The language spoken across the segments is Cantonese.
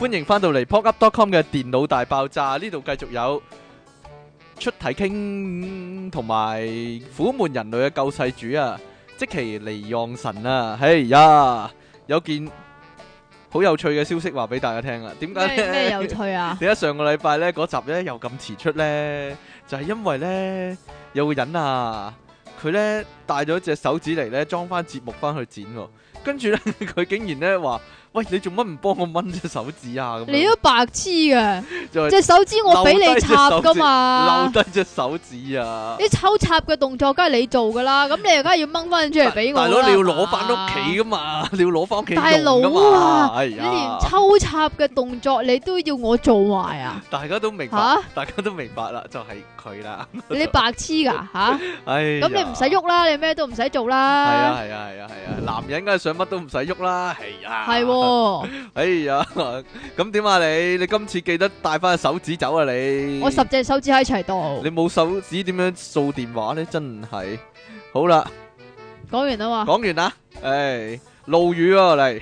歡迎翻到嚟 pokup.com 嘅電腦大爆炸，呢度繼續有出體傾同埋苦悶人類嘅救世主啊，即其離讓神啊，嘿呀，有件好有趣嘅消息話俾大家聽啊，點解 咩呢咩有趣啊？點解上個禮拜咧嗰集咧又咁遲出咧？就係、因為咧有個人啊，佢咧帶咗隻手指嚟咧裝翻節目翻去剪喎，跟住咧 佢竟然咧話：喂，你做乜唔幫我掹隻手指啊？咁你樣都白痴嘅，就係隻手指我俾你插噶嘛，留低隻手指啊！啲抽插嘅動作梗係你做噶啦，咁你而家要掹翻出嚟俾我大啦佬你要攞翻屋企，噶 嘛，你要攞翻屋企大佬用噶嘛啊，哎係嘛你呀連，抽插嘅動作你都要我做 埋啊？大家都明白吓，大家都明白啦，就係佢啦，你白痴噶吓？哎呀，咁你唔使喐啦，你咩都唔使做係啊啦，係啊係啊係啊，男人梗係想乜都唔使喐啦，係啊。係喎，哎 呀，咁點啊你？你今次記得帶翻隻手指走啊你。我十隻手指喺齊度你，冇手指點樣掃電話呢？真係。好啦，講完啦嘛，講完啦。唉，露雨啊嚟，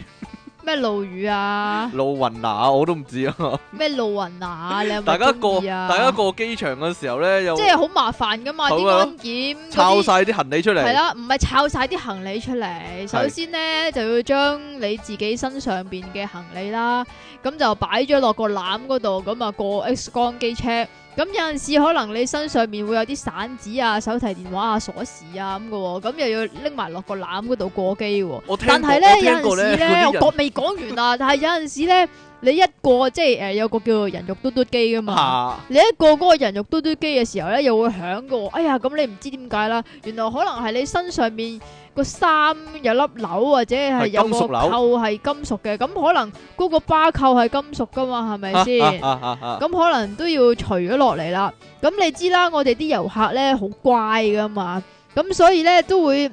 咩路雨 啊，露雲娜我都唔知啊。咩路雲啊，你有大家冇過中意啊？大家過機場嘅時候呢，又即係好麻煩噶嘛，好啲啊安檢嗰啲抄晒啲行李出係嚟。啦，唔係抄晒啲行李出嚟。首先咧就要將你自己身上邊嘅行李啦，咁就擺咗落個籃嗰度，咁啊過 X 光機 check。咁有陣時可能你身上面會有啲散紙啊、手提電話啊、鎖匙啊咁嘅喎，咁又要拎埋落個籃嗰度過機喎。我聽過但係我咧聽有陣過時嗰咧，我啲人講未講完啊，但係有陣時咧，你一過即係誒、呃有個叫做人肉嘟嘟機噶嘛。嚇你一過嗰個人肉嘟嘟機嘅時候咧，又會響嘅喎。哎呀，咁你唔知點解啦？原來可能係你身上面個衫有粒紐，或者係係有個金屬紐扣係金屬嘅。咁可能嗰個巴扣係金屬噶嘛，係咪先？啊啊啊啊咁可能都要除咗落嚟啦。咁你知啦，我哋啲遊客咧好乖噶嘛，咁所以咧都會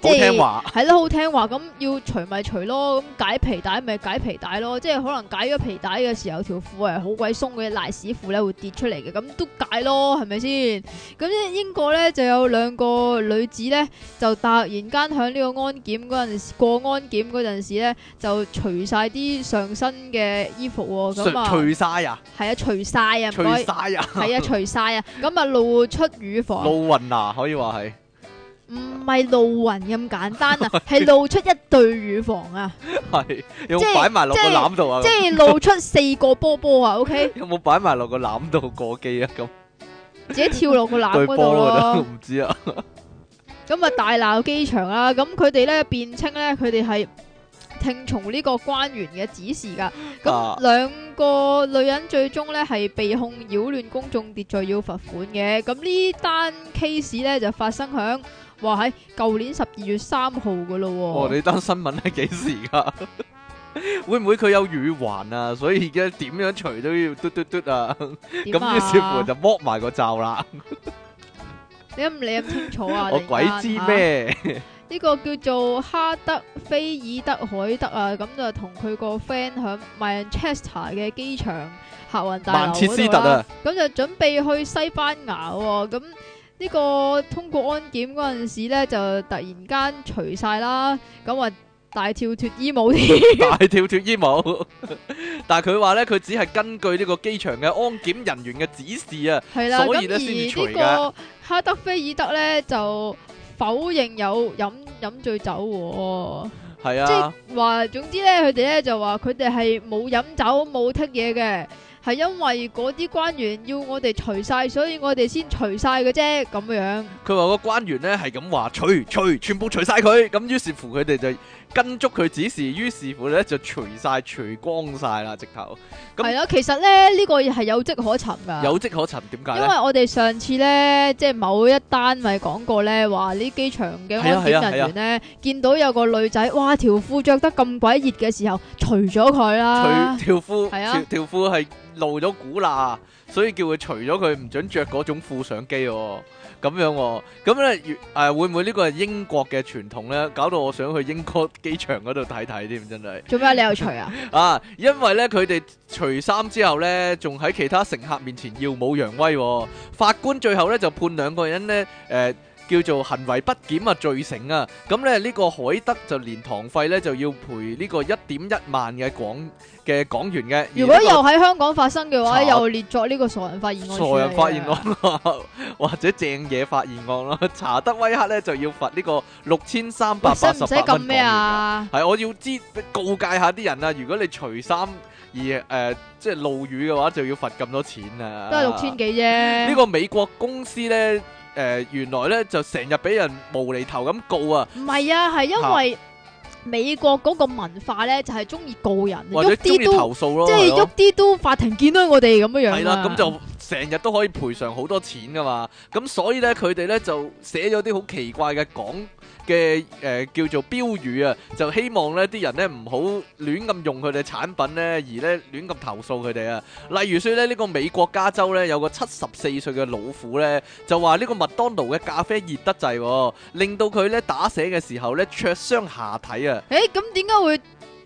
即好聽係。話。係咯，好聽話咁要除咪除咯，咁解皮帶咪解皮帶咯，即係可能解咗皮帶嘅時候，條褲係好鬼鬆嘅，賴屎褲咧會跌出嚟嘅，咁都解咯，係咪先？咁英國咧就有兩個女子咧，就突然間喺呢個安檢嗰陣時過安檢嗰陣時咧，就除晒啲上身嘅衣服喎，咁啊，除晒啊，係啊，除晒啊，唔除該，晒啊，係啊，除晒 啊，咁啊露出乳房。露雲娜可以話 係。唔係露雲咁簡單 啊，係露出一對乳房啊，系有即冇係擺埋落個籃度啊即？係露出四個波 波啊，OK，有冇擺埋落個籃度過機 啊？咁自己跳落個籃對嗰波度嗰度咯，唔知啊。咁啊大鬧機場啦，咁佢哋咧辯稱咧佢哋係聽從呢個官員嘅指示噶，啊咁兩個女人最終咧係被控擾亂公眾秩序要罰款嘅，咁呢單 case 咧就發生響話喺舊年十二月三號噶咯喎，哦，你單新聞係幾時噶？ 會唔會佢有乳環啊？所以而家點樣除都要嘟嘟嘟啊！點咁於是乎啊就剝埋個罩啦。你咁你咁清楚啊？ 我突然鬼間知嚇咩？呢個叫做哈德菲爾德海德啊，咁就同佢個 friend 響 Manchester 嘅機場客運大樓曼徹斯特嗰度啦啊，咁就準備去西班牙喎、咁呢個通過安檢嗰陣時咧，就突然間除晒啦，咁啊大跳脱衣 舞添，大跳脱衣舞。 但係佢話咧，佢只係根據呢個機場嘅安檢人員嘅指示啊。係啦，所以咁咧先至除而呢㗎個哈德菲爾德咧就否認有飲飲醉酒喎、係即啊，係話，總之咧，佢哋咧就話佢哋係冇飲酒冇剔嘢嘅，係因為嗰啲官員要我哋除晒，所以我哋先除晒嘅啫，咁樣。佢話個官員咧係咁話，除除全部除晒佢，咁於是乎佢哋就跟足佢指示，於是乎咧就除晒除光晒啦，直頭咁係啦，其實咧呢、個個係有跡可尋噶。有跡可尋，點解啊因咧為？我哋上次咧，即係某一單咪講過咧，話呢機場嘅啊安檢人員咧，見到有個女仔，哇條褲着得咁鬼熱嘅時候，除咗佢啦除，條褲，係啊條條褲係露咗股罅，所以叫佢除咗佢，唔准着嗰種褲上機喎。咁樣喎，咁咧，誒、呃、會唔會呢個係英國嘅傳統咧？搞到我想去英國機場嗰度睇睇添，真係。做咩你又除 啊？啊，因為咧佢哋除衫之後咧，仲喺其他乘客面前耀武揚威、喎。法官最後咧就判兩個人咧，誒、呃叫做行為不檢啊罪成啊。咁咧呢個海德就連堂費咧就要賠呢個一點一萬嘅港嘅港元嘅。如果又喺香港發生嘅話，查又列作呢個傻人發現案處理傻嘅。人發現案 啊或者正嘢發現案啦，查德威克咧就要罰呢個六千三百喂，八使十唔使八蚊咁港咩元㗎啊？係，我要知告戒下啲人啊！如果你除衫而誒、呃即係露乳嘅話，就要罰咁多錢啊！都係六千幾呢啫。個美國公司咧，誒、原來咧就成日俾人無厘頭咁告啊，唔係啊，係因嚇為美國嗰個文化咧，就係中意告人，或者喐中意啲都投訴咯，即係係咯喐啲都法庭見到我哋咁樣樣啊。係啦，咁就成日都可以賠償好多錢噶嘛。咁所以咧，佢哋咧就寫咗啲好奇怪嘅講嘅誒叫做標語啊，就希望咧啲人咧唔好亂咁用佢哋產品咧，而咧亂咁投訴佢哋啊。例如說咧，呢、個美國加州咧有個七十四歲嘅老婦咧，就話呢個麥當勞嘅咖啡熱得滯、喎，令到佢咧打寫嘅時候咧灼傷下體啊。誒，咁點解會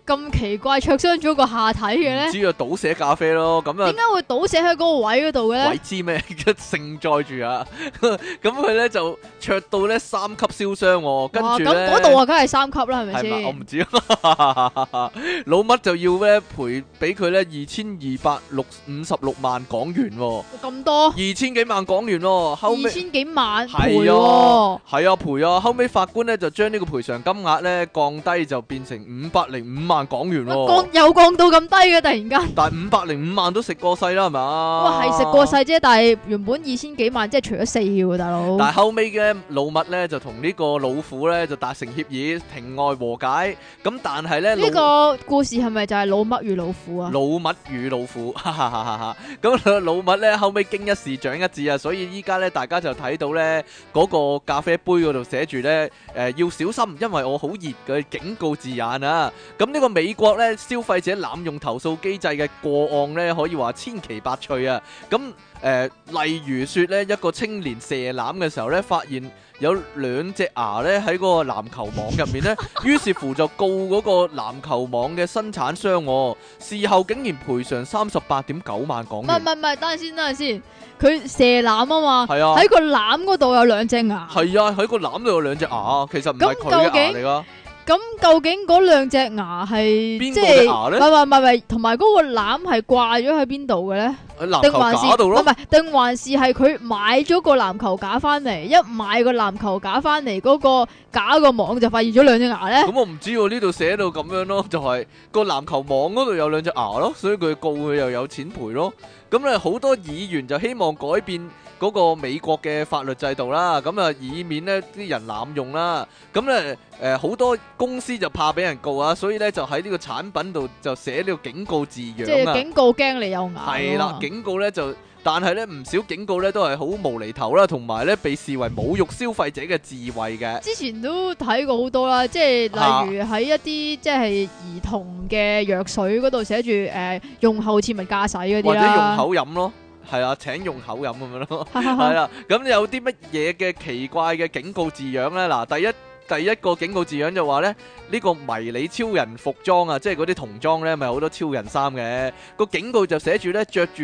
咁奇怪灼傷咗個下體嘅咧唔？知啊，倒寫咖啡咯，咁啊點。解會倒瀉喺嗰個位嗰度嘅鬼咧？知咩？ 盛載住啊！ 咁佢咧就灼到咧三級燒傷喎，跟哇！住咁咧嗰度啊，梗係三級啦，係咪係咪？我先唔？知啊！ 老乜就要咧賠俾佢咧二千二百六五十六萬港元喎，咁多二千幾萬港元喎，後二尾。千幾萬賠係喎啊，，係啊，賠啊！後尾法官咧就將呢個賠償金額咧降低，就變成五百零五萬港元喂喎。降又降到咁低嘅，突然間。但五百零五萬都食過世啦，係咪啊？哇，係食過世啫，但係原本二千幾萬，即係除咗四喎，大佬。但係後尾嘅老麥咧就同呢個老虎咧就達成協議，庭外和解。咁但係咧呢老個故事係咪就係老麥與老虎啊？老麥與老虎， 哈哈哈哈哈！咁老麥咧後尾經一事長一智啊，所以依家咧大家就睇到咧嗰、個咖啡杯嗰度寫住咧誒要小心，因為我好熱嘅警告字眼啊！咁呢個美國咧消費者濫用投訴機制嘅個案咧，可以話千奇百趣啊！咁誒、呃例如說咧，一個青年射籃嘅時候咧，發現有兩隻牙咧喺個籃球網入面 咧，於是乎就告嗰個籃球網嘅生產商、喎。事後竟然賠償三十八點九萬港唔係元，唔係唔係，等陣先，等陣先。佢射籃啊嘛，係啊，喺個籃嗰度有兩隻牙。係啊，喺個籃度有兩隻牙，其實唔係佢咁嘅究牙竟嚟噶，咁究竟嗰兩隻牙係邊即個係嘅唔牙咧？係唔係唔係唔係，同埋嗰個籃係掛咗喺邊度嘅咧？喺籃定還是球架度唔咯，係？定還是係佢買咗個籃球架翻嚟？一買個籃球架翻嚟，嗰個架個網就發現咗兩隻牙 咧？咁啊我唔知喎，呢度寫到咁樣咯，就係個籃球網嗰度有兩隻牙咯，所以佢告佢又有錢賠咯。咁咧好多議員就希望改變嗰個美國嘅法律制度啦，咁啊以免呢啲人濫用啦。咁咧誒好多公司就怕俾人告啊，所以咧就喺呢個產品度就寫呢個警告字即樣係啊。警告驚你有牙。係啦，警告咧就，但係咧唔少警告咧都係好無厘頭啦，同埋咧被視為侮辱消費者嘅智慧嘅。之前都睇過好多啦，即係例如喺一啲即係兒童嘅藥水嗰度寫住誒用後切勿駕駛嗰或啲者用啦，口飲咯，係啊，請用口飲咁樣 咯，係係啦。咁有啲乜嘢嘅奇怪嘅警告字樣咧？嗱，第一第一個警告字樣就話咧，呢個迷你超人服裝啊，即係嗰啲童裝咧，咪好多超人衫嘅。個警告就寫住咧，着住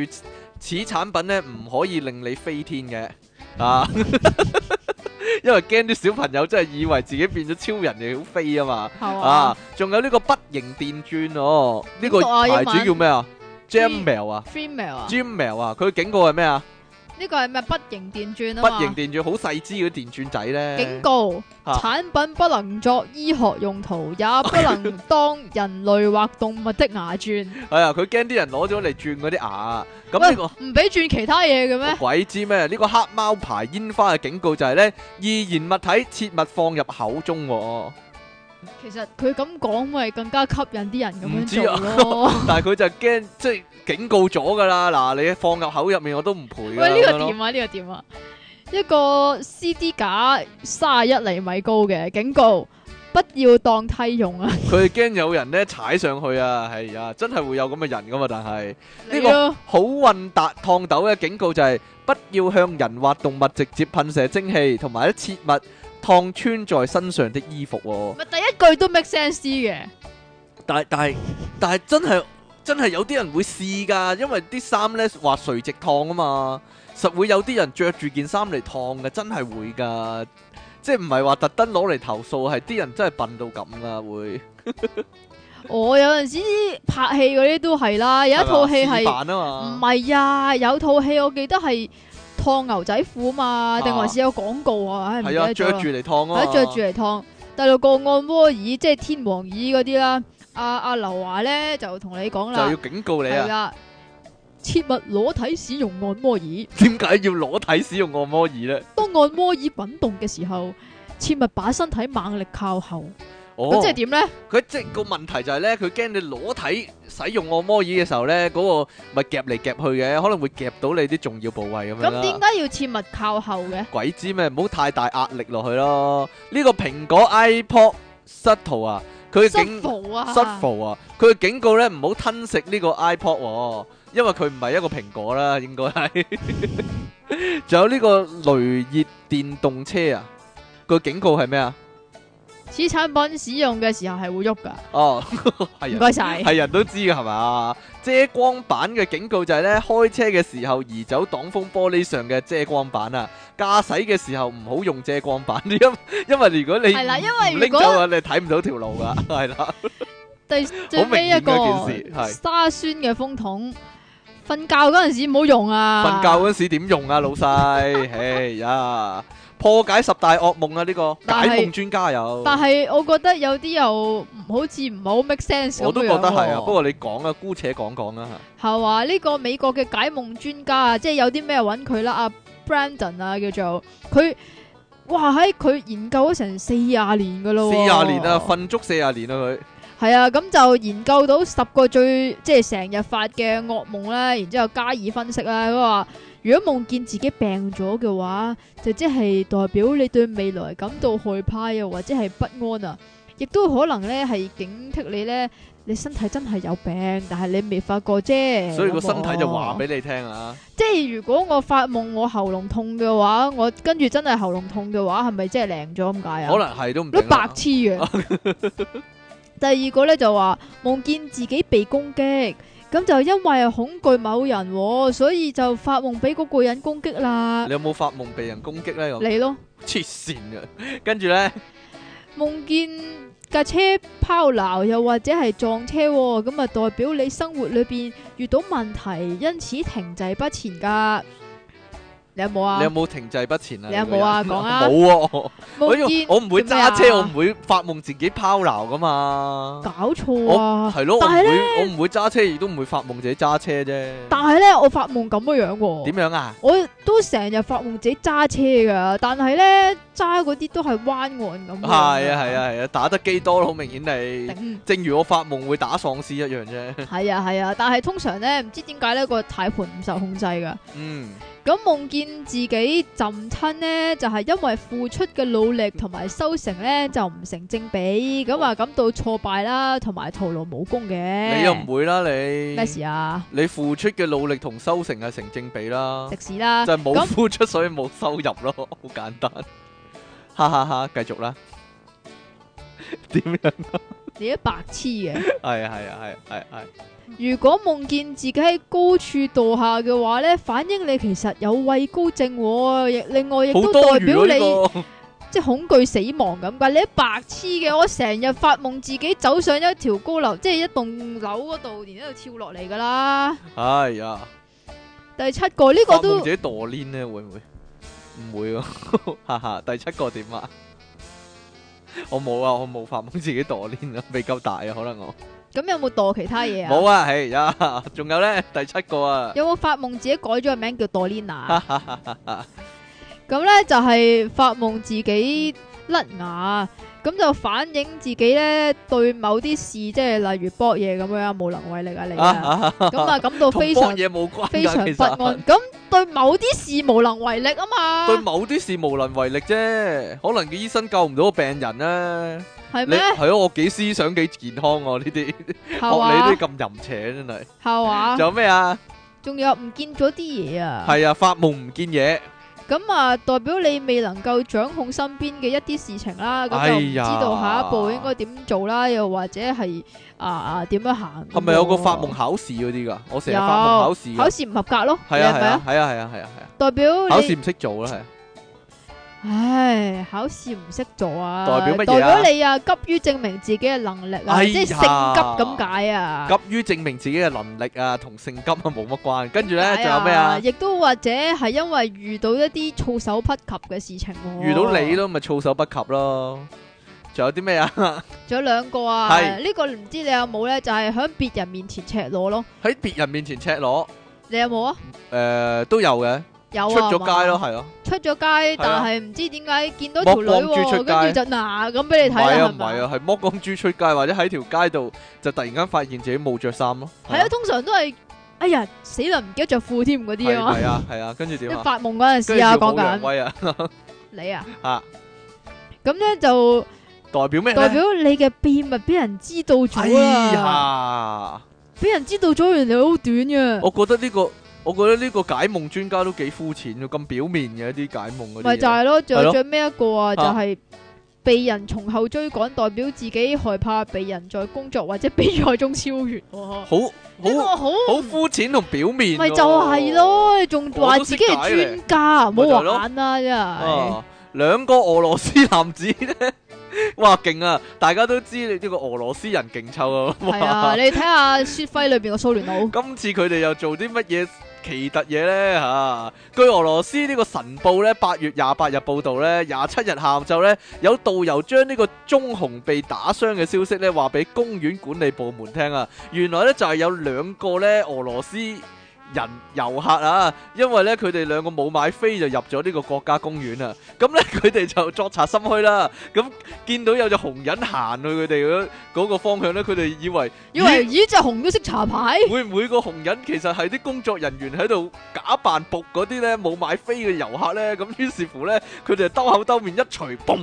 此產品咧，唔可以令你飛天嘅啊。 因為驚啲小朋友真係以為自己變咗超人你好飛啊嘛嘛啊！仲有呢個不形電鑽哦，呢、個點讀啊英牌文子叫咩啊 j a m m e l 啊。 ，female 啊， Gmail 啊，佢警告係咩啊？呢個係咩不形電鑽啊不嘛？形電鑽好細支嗰啲電鑽仔咧，警告：啊產品不能作醫學用途，也不能當人類或動物的牙鑽。係啊，佢驚啲人攞咗嚟轉嗰啲牙。咁喂呢個唔俾鑽其他嘢嘅我 咩？鬼知咩？呢個黑貓牌煙花嘅警告就係咧，易燃物體切勿放入口中喎。其實佢咁講咪更加吸引啲人唔咁知樣啊做咯。但係佢就驚即係警告咗㗎啦。嗱，你放入口入面我都唔賠㗎啦。喂，呢咁樣個咯點啊？呢個點啊？一個 CD 架三十一厘米高嘅警告，不要當梯用啊！佢係驚有人咧踩上去啊，係啊，真係會有咁嘅人㗎嘛。但係個你咯，好運達燙斗嘅警告就係不要向人或動物直接噴射蒸氣，同埋咧切勿燙穿在身上的衣服、喎。咪第一句都 make sense 啲嘅。但係但係但係真係真係有啲人會試㗎，因為啲衫咧話垂直燙啊嘛，實會有啲人着住件衫嚟燙嘅，真係會㗎。即係唔係話特登攞嚟投訴，係啲人真係笨到咁啊會。我有陣時拍戲嗰啲都係啦，有一套戲係係嘛示範啊唔嘛，係啊？有套戲我記得係燙牛仔褲嘛，定啊還是有廣告啊？唉唔記係啊，得咗着啦住嚟燙啊係嘛，着住嚟燙。第六個按摩椅即係天王椅嗰啲啦。阿阿劉華咧就同你講就要啦，警告你係啊，啦，切勿裸體使用按摩椅。點解要裸體使用按摩椅咧？當按摩椅滾動嘅時候，切勿把身體猛力靠後。哦咁即係點咧？佢即係個問題就係咧，佢驚你裸體使用按摩椅嘅時候咧，嗰、個咪夾嚟夾去嘅，可能會夾到你啲重要部位咁樣咁點啦。解要切勿靠後嘅？鬼知咩？唔好太大壓力落去咯。呢、個蘋果 iPod 失圖啊，佢嘅失警服啊！失圖啊，佢嘅警告咧唔好吞食呢個 iPod，喎因為佢唔係一個蘋果啦，應該係。 仲有呢個雷熱電動車啊，個警告係咩啊？此產品使用嘅時候係會喐噶，哦， 係唔啊。該晒。系人都知嘅係嘛？遮光板嘅警告就係咧，開車嘅時候移走擋風玻璃上嘅遮光板啊！駕駛嘅時候唔好用遮光板，因 因為如果你係啦因為唔如拎果走啊，你睇唔到條路噶，係啦，第最尾一個好明顯嘅一件事係沙宣嘅風筒，瞓覺嗰陣時唔好用瞓啊！覺嗰時點用啊，老 細？唉呀，破解十大噩夢啊！呢個但解係夢專家有，但係我覺得有啲又唔好似唔好 make sense 咁樣喎我都覺得係啊。不過你講啊，姑且講講啊。係話呢個美國嘅解夢專家啊，即係有啲咩揾佢啦，阿 Brandon 啊叫做佢，哇喺佢研究咗成四廿年噶咯四喎，廿年啊，瞓足四廿年啊，佢係啊，咁就研究到十個最即係成日發嘅噩夢啦，然之後加以分析啦。佢話如果夢見自己病咗嘅話，就即係代表你對未來感到害怕又或者係不安啊，亦都可能咧係警惕你咧，你身體真係有病，但係你未發覺啫。所以個身體就話啊咁啊俾你聽啊。即係如果我發夢我喉嚨痛嘅話，我跟住真係喉嚨痛嘅話，係咪真係靈咗咁解啊？可能係都唔都定啦白痴嘅。 第二個咧就話夢見自己被攻擊，咁就因為恐懼某人喎，所以就發夢俾嗰個人攻擊啦你。有冇發夢被人攻擊咧？咁你咯，黐線嘅，跟住咧夢見架車拋錨，又或者係撞車喎，咁啊代表你生活裏邊遇到問題，因此停滯不前噶。你有冇啊你有？冇停滯不前啊？你有冇啊個人講 啊冇啊！我夢見我唔會揸做咩車，啊我唔會發夢自己拋錨噶嘛。搞錯啊！係咯，我唔但係會我唔會揸車，亦都唔會發夢自己揸車啫。但係咧，我發夢咁樣樣喎。點樣啊？我都成日發夢自己揸車噶，但係咧揸嗰啲都係彎岸咁。係啊係啊，係啊，打得機多咯，好明顯你。頂，正如我發夢會打喪屍一樣啫。係啊係啊，但係通常咧唔知點解咧個軚盤唔受控制噶。嗯，咁夢見自己浸親呢，就係、因為付出嘅努力同埋收成呢就唔成正比，咁啊感到挫敗啦，同埋徒勞無功嘅。哦你又唔會啦，你咩事啊？你付出嘅努力同收成係成正比啦。食屎 啦！就係冇咁付出，所以冇收入咯， 好簡單。哈哈哈，繼續啦。 點樣？你都白痴嘅。係啊係啊係啊係啊係啊。如果夢見自己喺高處墮下嘅話呢，反映你其實有畏高症喎，亦另外亦好都多代餘表咯你。呢即係恐懼死亡咁噶，你一白痴嘅，我成日發夢自己走上一條高樓，即係一棟樓嗰度，然之後跳落嚟噶啦。個。哎呀，第七個呢、發個夢都自己墮鏈咧，會唔會？唔會喎， 哈哈。第七個點啊？ 我冇啊，我冇發夢自己墮鏈啊，未夠大啊，可能我咁有冇墮其他嘢啊？冇啊。係呀，仲有咧，第七個啊，有冇發夢自己改咗個名叫 Dolina？咁呢就係、發夢自己甩牙，咁就反映自己呢對某啲事，即係例如搏嘢咁樣無能為力啊你啊，咁啊感到同非幫常嘢冇關非常㗎，其不實。安。咁對某啲事無能為力啊嘛，對某啲事無能為力啫，可能個醫生救唔到個病人咧。係你咩？係咯，我幾思想幾健康喎呢啲，學你係啊啲話咁淫邪真係。係話仲，有咩啊？仲有唔見咗啲嘢啊！係啊，發夢唔見嘢，咁啊，代表你未能夠掌控身邊嘅一啲事情啦，咁哎就唔知呀道下一步應該點做啦，又或者係啊啊點樣行咁喎？係咪有個發夢考試嗰啲噶？我成日有發夢考試㗎考，試唔合格咯？係啊你係係咪啊？係啊係啊係啊係啊，代表考你試唔識做啦係啊。唉，考試唔識做啊，代表乜嘢代啊表你啊，急於證明自己嘅能力啊，哎即係性急呀咁解啊。急於證明自己嘅能力啊，同性急啊冇乜關。跟住咧，解仲有咩啊？亦都或者係因為遇到一啲措手不及嘅事情、喎。遇到你，咯，咪措手不及咯。仲有啲咩 啊？仲有兩個啊，係呢個唔知你有冇咧？就係喺別人面前赤裸咯，喺別人面前赤裸，你有冇啊？誒、都有嘅，有啊，出咗街係咯，嘛，係咯，出咗街，係啊但係唔知點解見到條女剝光豬出喎，街跟住就嗱咁俾唔你睇係啊，啦，係唔係咪？啊，係剝光豬出街或者喺條街度就突然間發現自己冇着衫咯，係啊，通常都係，哎呀死啦，唔記得着褲添嗰啲係啊嘛啊，係啊，係啊，跟住點即係啊？發夢嗰陣時跟住啊，叫講好揚緊威啊，你啊，啊咁 咧就代表咩呢代表你嘅秘密俾人知道哎咗啦，呀，俾人知道咗原來好短嘅，我覺得呢、個，我覺得呢個解夢專家都幾膚淺嘅，咁表面嘅一啲解夢嗰啲嘢。啊咪就係咯，仲係咯有最尾一個啊，就啊係被人從後追趕，代表自己害怕被人在工作或者 比賽中超越哦喎。好呢個好好好膚淺同表面喎。咪就係咯，你仲話自己我都識解係專家，唔咪就係好咯玩啦，真係。啊！兩個俄羅斯男子咧， 哇勁啊！大家都知你呢個俄羅斯人勁臭啊！係 啊，你睇下雪輝裏邊個蘇聯佬，今次佢哋又做啲乜嘢奇特嘢呢？吓、據俄羅斯呢個晨報呢，八月廿八日報導呢，廿七日下晝呢，有導遊將呢個棕熊被打傷嘅消息呢話俾公園管理部門聽啊。原來呢，就係、有兩個呢俄羅斯人遊客啊，因為呢，佢哋兩個冇買飛就入咗呢個國家公園啊。咁呢，佢哋就作賊心虛啦。咁見到有隻紅人行去佢哋嗰嗰個方向呢，佢哋以為。以為咦只熊都識查牌，會唔會個紅人其實係啲工作人員喺度假扮仆嗰啲咧冇買飛嘅遊客咧？咁於是乎咧，佢哋就兜口兜面一錘，嘣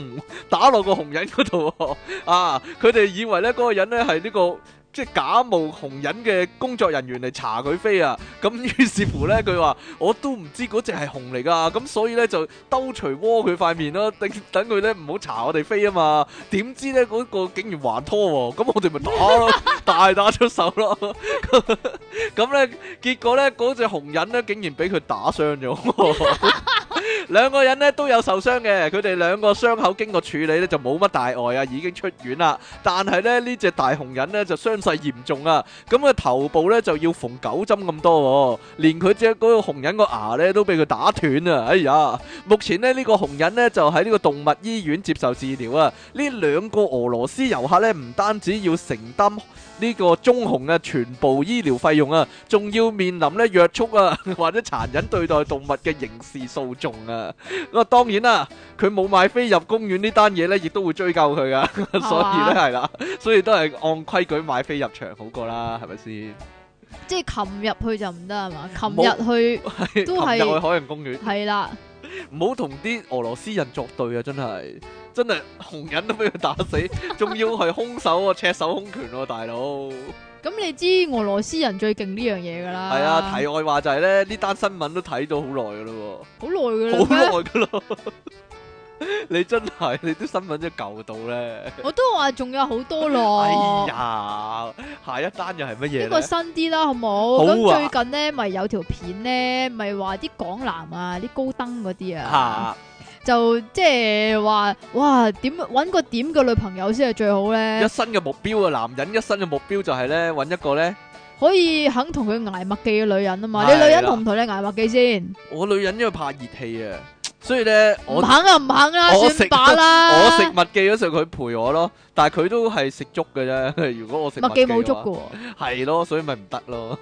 打落個紅人嗰度喎 啊！佢哋以為咧嗰、個人咧係呢個。即係假冒紅人嘅工作人員嚟查佢飛啊！咁於是乎咧，佢話我都唔知嗰只係紅嚟㗎，咁所以咧就兜除窩佢塊面咯，等等佢咧唔好查我哋飛啊嘛！點知咧嗰、個竟然還拖喎，咁我哋咪打咯，大打出手咯！咁咧，結果咧，嗰只紅人咧，竟然俾佢打傷咗。兩個人咧都有受傷嘅，佢哋兩個傷口經過處理咧就冇乜大礙啊，已經出院啦。但係咧呢只大紅人咧就傷勢嚴重啊，咁佢頭部咧就要縫九針咁多、喎，連佢只嗰個紅人個牙咧都俾佢打斷啊！哎呀，目前咧呢、個紅人咧就喺呢個動物醫院接受治療啊。呢兩個俄羅斯遊客咧唔單止要承擔呢個棕熊嘅全部醫療費用啊，仲要面臨咧約束啊 或者殘忍對待動物嘅刑事訴訟啊。咁啊當然啦，佢冇買飛入公園呢單嘢咧，亦都會追究佢 噶，所以咧係啦，所以都係按規矩買飛入場好過啦，係咪先？即係擒入去就唔得係啊嘛？冇擒入去都 係入去海洋公園，係啦，唔好同啲俄羅斯人作對啊！真係真係紅人都俾佢打 死，仲要係空手喎、赤手空拳喎、大佬。咁你知俄羅斯人最勁呢樣嘢㗎啦。係啊，題外話就係咧，呢單新聞都睇咗好耐噶咯好耐喎，㗎啦好咩。耐噶咯。 你真係你啲新聞真係舊到咧。我都話仲有好多咯。哎呀，下一單又係乜呢嘢個咧？新啲啦，好冇？咁、好啊最近呢咪有條片呢，咪話啲港男啊，啲高登嗰啲啊，嚇就即係話，哇，點揾個點嘅女朋友先係最好一呢？生嘅目標啊，男人一生嘅目標就係咧揾一個咧，可以肯同佢捱麥記嘅女人啊嘛，係你啦女人同唔同你捱麥記先？我女人因為怕熱氣啊，所以咧唔我肯啊，唔肯啦，我食算把啦。我食麥記嗰時候佢陪我咯，但係佢都係食粥嘅啫。 如果我食麥記冇粥足嘅喎。係咯，所以咪唔得咯。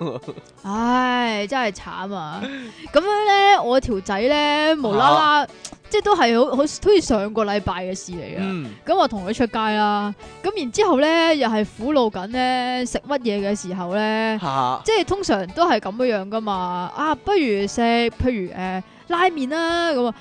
唉，真係慘啊！咁樣咧，我條仔咧無啦啊啦，即係都係好好好似上個禮拜嘅事嚟嘅。嗯，咁我同佢出街啦，咁然之後咧又係苦惱緊咧食乜嘢嘅時候咧，嚇即係通常都係咁樣樣噶嘛。啊，不如食譬如誒、呃拉麵啦咁啊。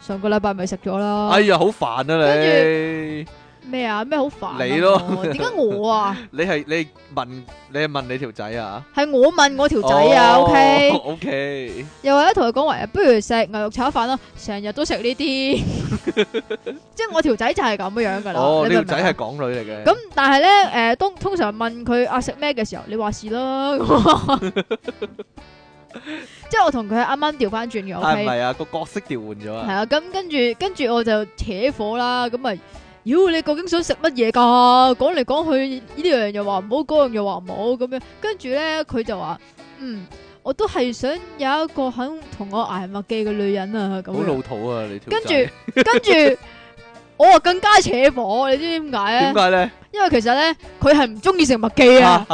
上個禮拜咪食咗啦哎，呀，好煩啊你！咩啊咩好煩啊你咯我點解我啊？ 你係你問你係問你條仔啊？係我問我條仔啊，OK？哦 O K，又或者同佢講話，不如食牛肉炒飯啦，成日都食呢啲， 即係我條仔就係咁樣樣噶啦。哦，你你明條仔唔明啊係港女嚟嘅。咁，但係咧，呃 誒、通通常問佢啊食咩嘅時候，你話是啦。咁啊即係我同佢係啱啱調翻轉嘅係，OK 唔。係啊？個角色調換咗系啊！啊，咁跟住跟住我就扯火啦，咁咪，妖你究竟想食乜嘢噶？講嚟講去呢樣又話唔好，嗰樣又話唔好咁樣，跟住咧佢就話，嗯，我都係想有一個肯同我挨麥記嘅女人啊，咁好樣老土啊！你條跟仔住跟住我啊更加扯火，你知唔知點解點咧？解咧？因為其實咧佢係唔中意食麥記啊，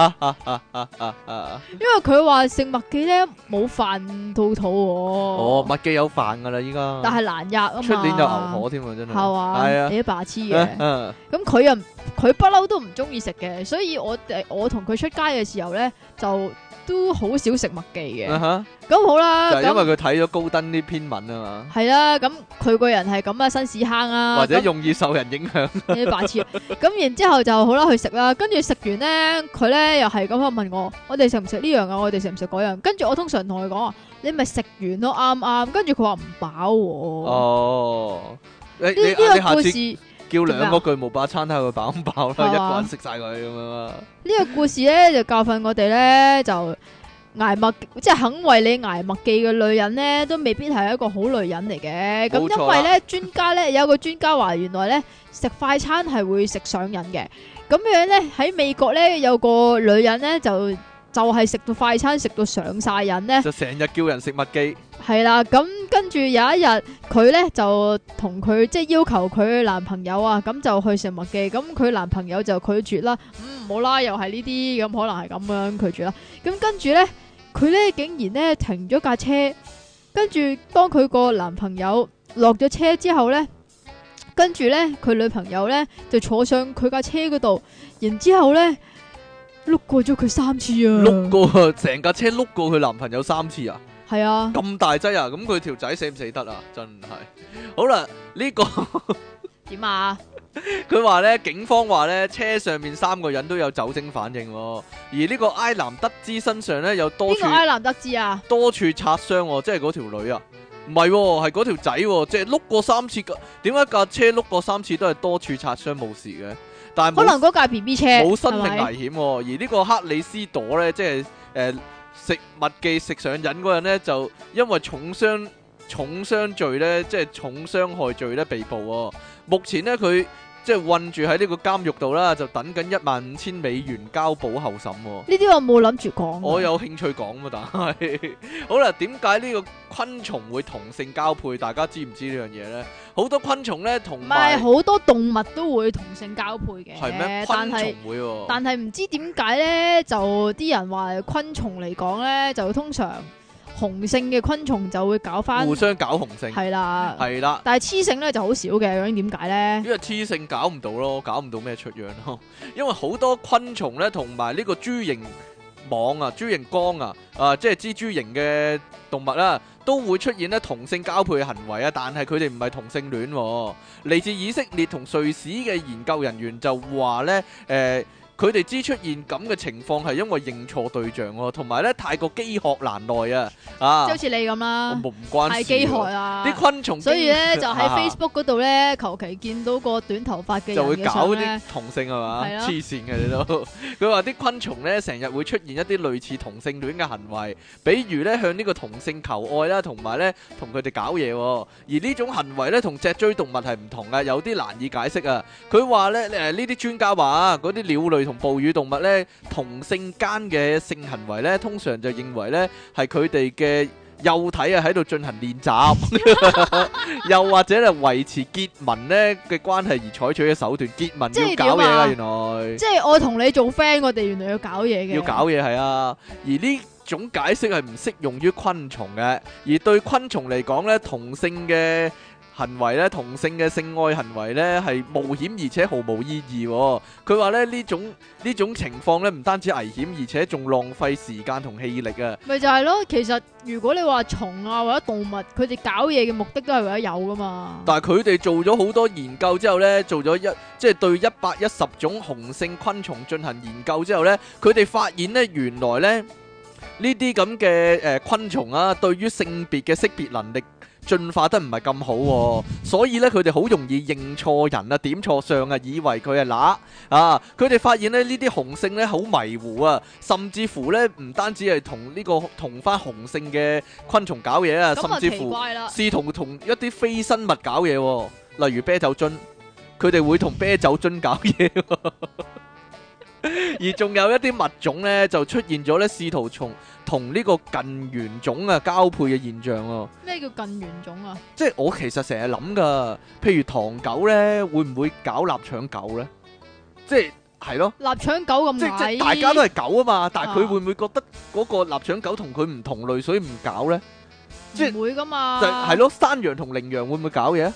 啊因為佢話食麥記咧冇飯到肚哦，喎，麥記有飯噶啦，依家但係難吔啊嘛，出年就牛河添啊，真係系嘛？係啊你啲白痴嗯 嘅。嗯咁佢又唔佢不嬲都唔中意食嘅，所以我哋我同佢出街嘅時候咧，就都好少食麥記啊嘅。哈咁好 啦，就係因咁為佢睇咗高登啲篇文啊嘛，係啦，咁佢個人係咁啊，新屎坑啊， 或者咁容易受人影響。你啲白痴。咁然之後就好啦，去食啦。跟住食完咧，佢咧又係咁啊問我：我哋食唔食呢樣啊？我哋食唔食嗰樣？跟住我通常同佢講話：你咪食完咯，啱啱。跟住佢話唔飽喎。哦，你呢你你呢下個故次事呢叫兩個點啊巨無霸餐睇下佢飽唔飽啦，係嘛一個人食晒佢咁 樣啦。個故事咧就教訓我哋咧就。挨麥即係肯為你挨麥記嘅女人咧，都未必係一個好女人嚟嘅。冇咁因錯啦為咧，專家咧有一個專家話，原來咧食快餐係會食上癮嘅。咁樣咧喺美國咧有個女人咧就就係、食到快餐食到上晒癮咧，就成日叫人食麥記，係啦。咁跟住有一日佢咧就同佢即係要求佢男朋友啊，咁就去食麥記。咁佢男朋友就拒絕啦。嗯，冇啦，又係呢啲咁，可能係咁樣拒絕啦。咁跟住咧，佢咧竟然咧停咗架車，跟住當佢個男朋友落咗車之後咧，跟住咧佢女朋友咧就坐上佢架車嗰度，然之後咧碌過咗佢三次啊，碌過成架車碌過佢男朋友三次啊！係啊，咁大劑啊！咁佢條仔死唔死得啊？真係好啦，呢、個 點啊？佢話呢，警方話呢，車上面三個人都有酒精反應、喎，而呢個埃南德茲身上呢，有多處邊個埃南德知啊？多處擦傷、喎，即係嗰條女啊，唔係喎，係嗰條仔喎，即係碌過三次架，點解架車碌過三次都係多處擦傷冇事嘅？但係可冇能嗰架 B B 車冇生命係咪危險喎、而呢個克里斯朵呢，即係誒、呃食物記食上癮嗰人呢，就因為重傷重傷罪呢，即係重傷害罪呢，被捕喎、目前呢，佢即係困住喺呢個監獄度啦，就等緊一萬五千美元交保候審喎、呢啲我冇諗住講。我有興趣講嘛，但係好啦，點解呢個昆蟲會同性交配？大家知唔知呢樣嘢呢？好多昆蟲呢，同唔係埋好多動物都會同性交配嘅，係咩？昆但蟲係會喎、但係唔知點解咧，就啲人話昆蟲嚟講咧，就通常雄性嘅昆蟲就會搞翻互相搞雄性，係啊啦，係啦。但係雌性咧就好少嘅，究竟點解咧？因為雌性搞唔到咯，搞唔到咩出樣咯。 因為好多昆蟲咧，同埋呢個蛛形網啊、蛛形綱啊、啊即係蜘蛛型嘅動物啦、都會出現咧同性交配嘅行為啊。但係佢哋唔係同性戀、喎。嚟自以色列同瑞士嘅研究人員就話咧，誒、佢哋之出現咁嘅情況係因為認錯對象喎、同埋咧太過飢渴難耐啊！即係啊好，似你咁我啦，冇唔關太事飢渴喎。啊，啲昆蟲啊所以咧經就喺 Facebook 嗰度咧，求其見到個短頭髮嘅人就會嘅搞相啲咧，同性係嘛？係啊黐線嘅你都。 佢話啲昆蟲咧成日會出現一啲類似同性戀嘅行為，比如咧向呢個同性求愛啦，同埋咧同佢哋搞嘢喎。而呢種行為咧同脊椎動物係唔同嘅，有啲難以解釋啊。佢話咧誒呢啲專家話啊，嗰啲鳥類同哺乳動物咧同性間嘅性行為咧，通常就認為咧係佢哋嘅。幼體啊喺度進行練習， 又或者係維持結盟咧嘅關係而採取嘅手段，結盟即係要搞嘢啦，點啊原來即係我同你做 friend，我哋原來要搞嘢嘅，要搞嘢係啊。而呢種解釋係唔適用於昆蟲嘅，而對昆蟲嚟講咧，同性嘅行為咧，同性嘅性愛行為咧係冒險而且毫無意義、喎。佢話咧呢種呢種情況咧唔單止危險，而且仲浪費時間同氣力啊。咪就係咯，其實如果你話蟲啊或者動物，佢哋搞嘢嘅目的都係為咗有噶嘛。但係佢哋做咗好多研究之後呢，做咗一即係對一百一十種雄性昆蟲進行研究之後呢，佢哋發現呢，原來呢呢啲咁嘅誒昆蟲啊，對於性別嘅識別能力進化得唔係咁好、喎，所以咧佢哋好容易認錯人啊、點錯相啊，以為佢係乸啊。佢哋發現咧呢啲雄性咧好迷糊啊，甚至乎咧唔單止係同呢個同翻雄性嘅昆蟲搞嘢啊，咁啊甚至奇乎 怪啦，試同同一啲非生物搞嘢、喎，例如啤酒樽，佢哋會同啤酒樽搞嘢、喎。而仲有一啲物種咧，就出現咗咧，試圖從同呢個近緣種啊交配嘅現象喎。咩叫近緣種啊？即係我其實成日諗噶，譬如唐狗咧，會唔會搞臘腸狗咧？即係係咯，臘腸狗咁即係即係矮，大家都係狗啊嘛，但係佢啊會唔會覺得嗰個臘腸狗同佢唔同類，所以唔搞咧？即係唔會噶嘛？就係係，咯，山羊同羚羊會唔會搞嘢？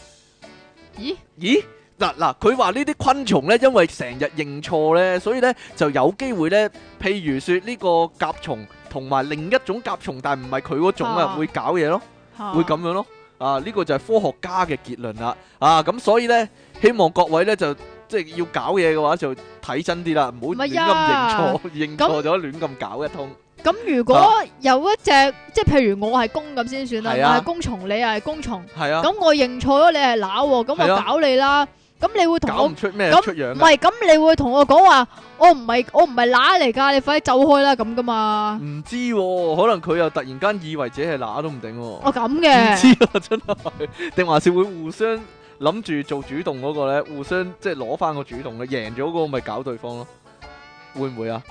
咦？咦？嗱嗱，佢話呢啲昆蟲咧，因為成日認錯咧，所以咧就有機會咧，譬如說呢個甲蟲同埋另一種甲蟲，但係唔係佢嗰種啊，啊會搞嘢咯。嚇會咁樣咯。啊，呢、個就係科學家嘅結論啦。啊，咁所以呢，希望各位呢，就即係要搞嘢嘅話，就睇真啲啦，唔好唔亂咁係認呀錯，認錯咗亂咁搞一通。咁如果啊有一隻，即係譬如我係公咁先算啦，係啊我係公蟲，你又係公蟲，係啊，咁我認錯咗你係乸喎，咁係啊我搞你啦，咁你會同搞我唔出咩咁出樣㗎唔係，咁你會同我講話，我唔係我唔係乸嚟㗎，你快啲走開啦咁噶嘛？唔知喎、可能佢又突然間以為自己係乸都唔定喎。我咁唔知嘅，啊，真係定還是會互相諗住做主動嗰個呢？互相即係攞翻個主動嘅，贏咗嗰個咪搞對方咯，會唔會啊？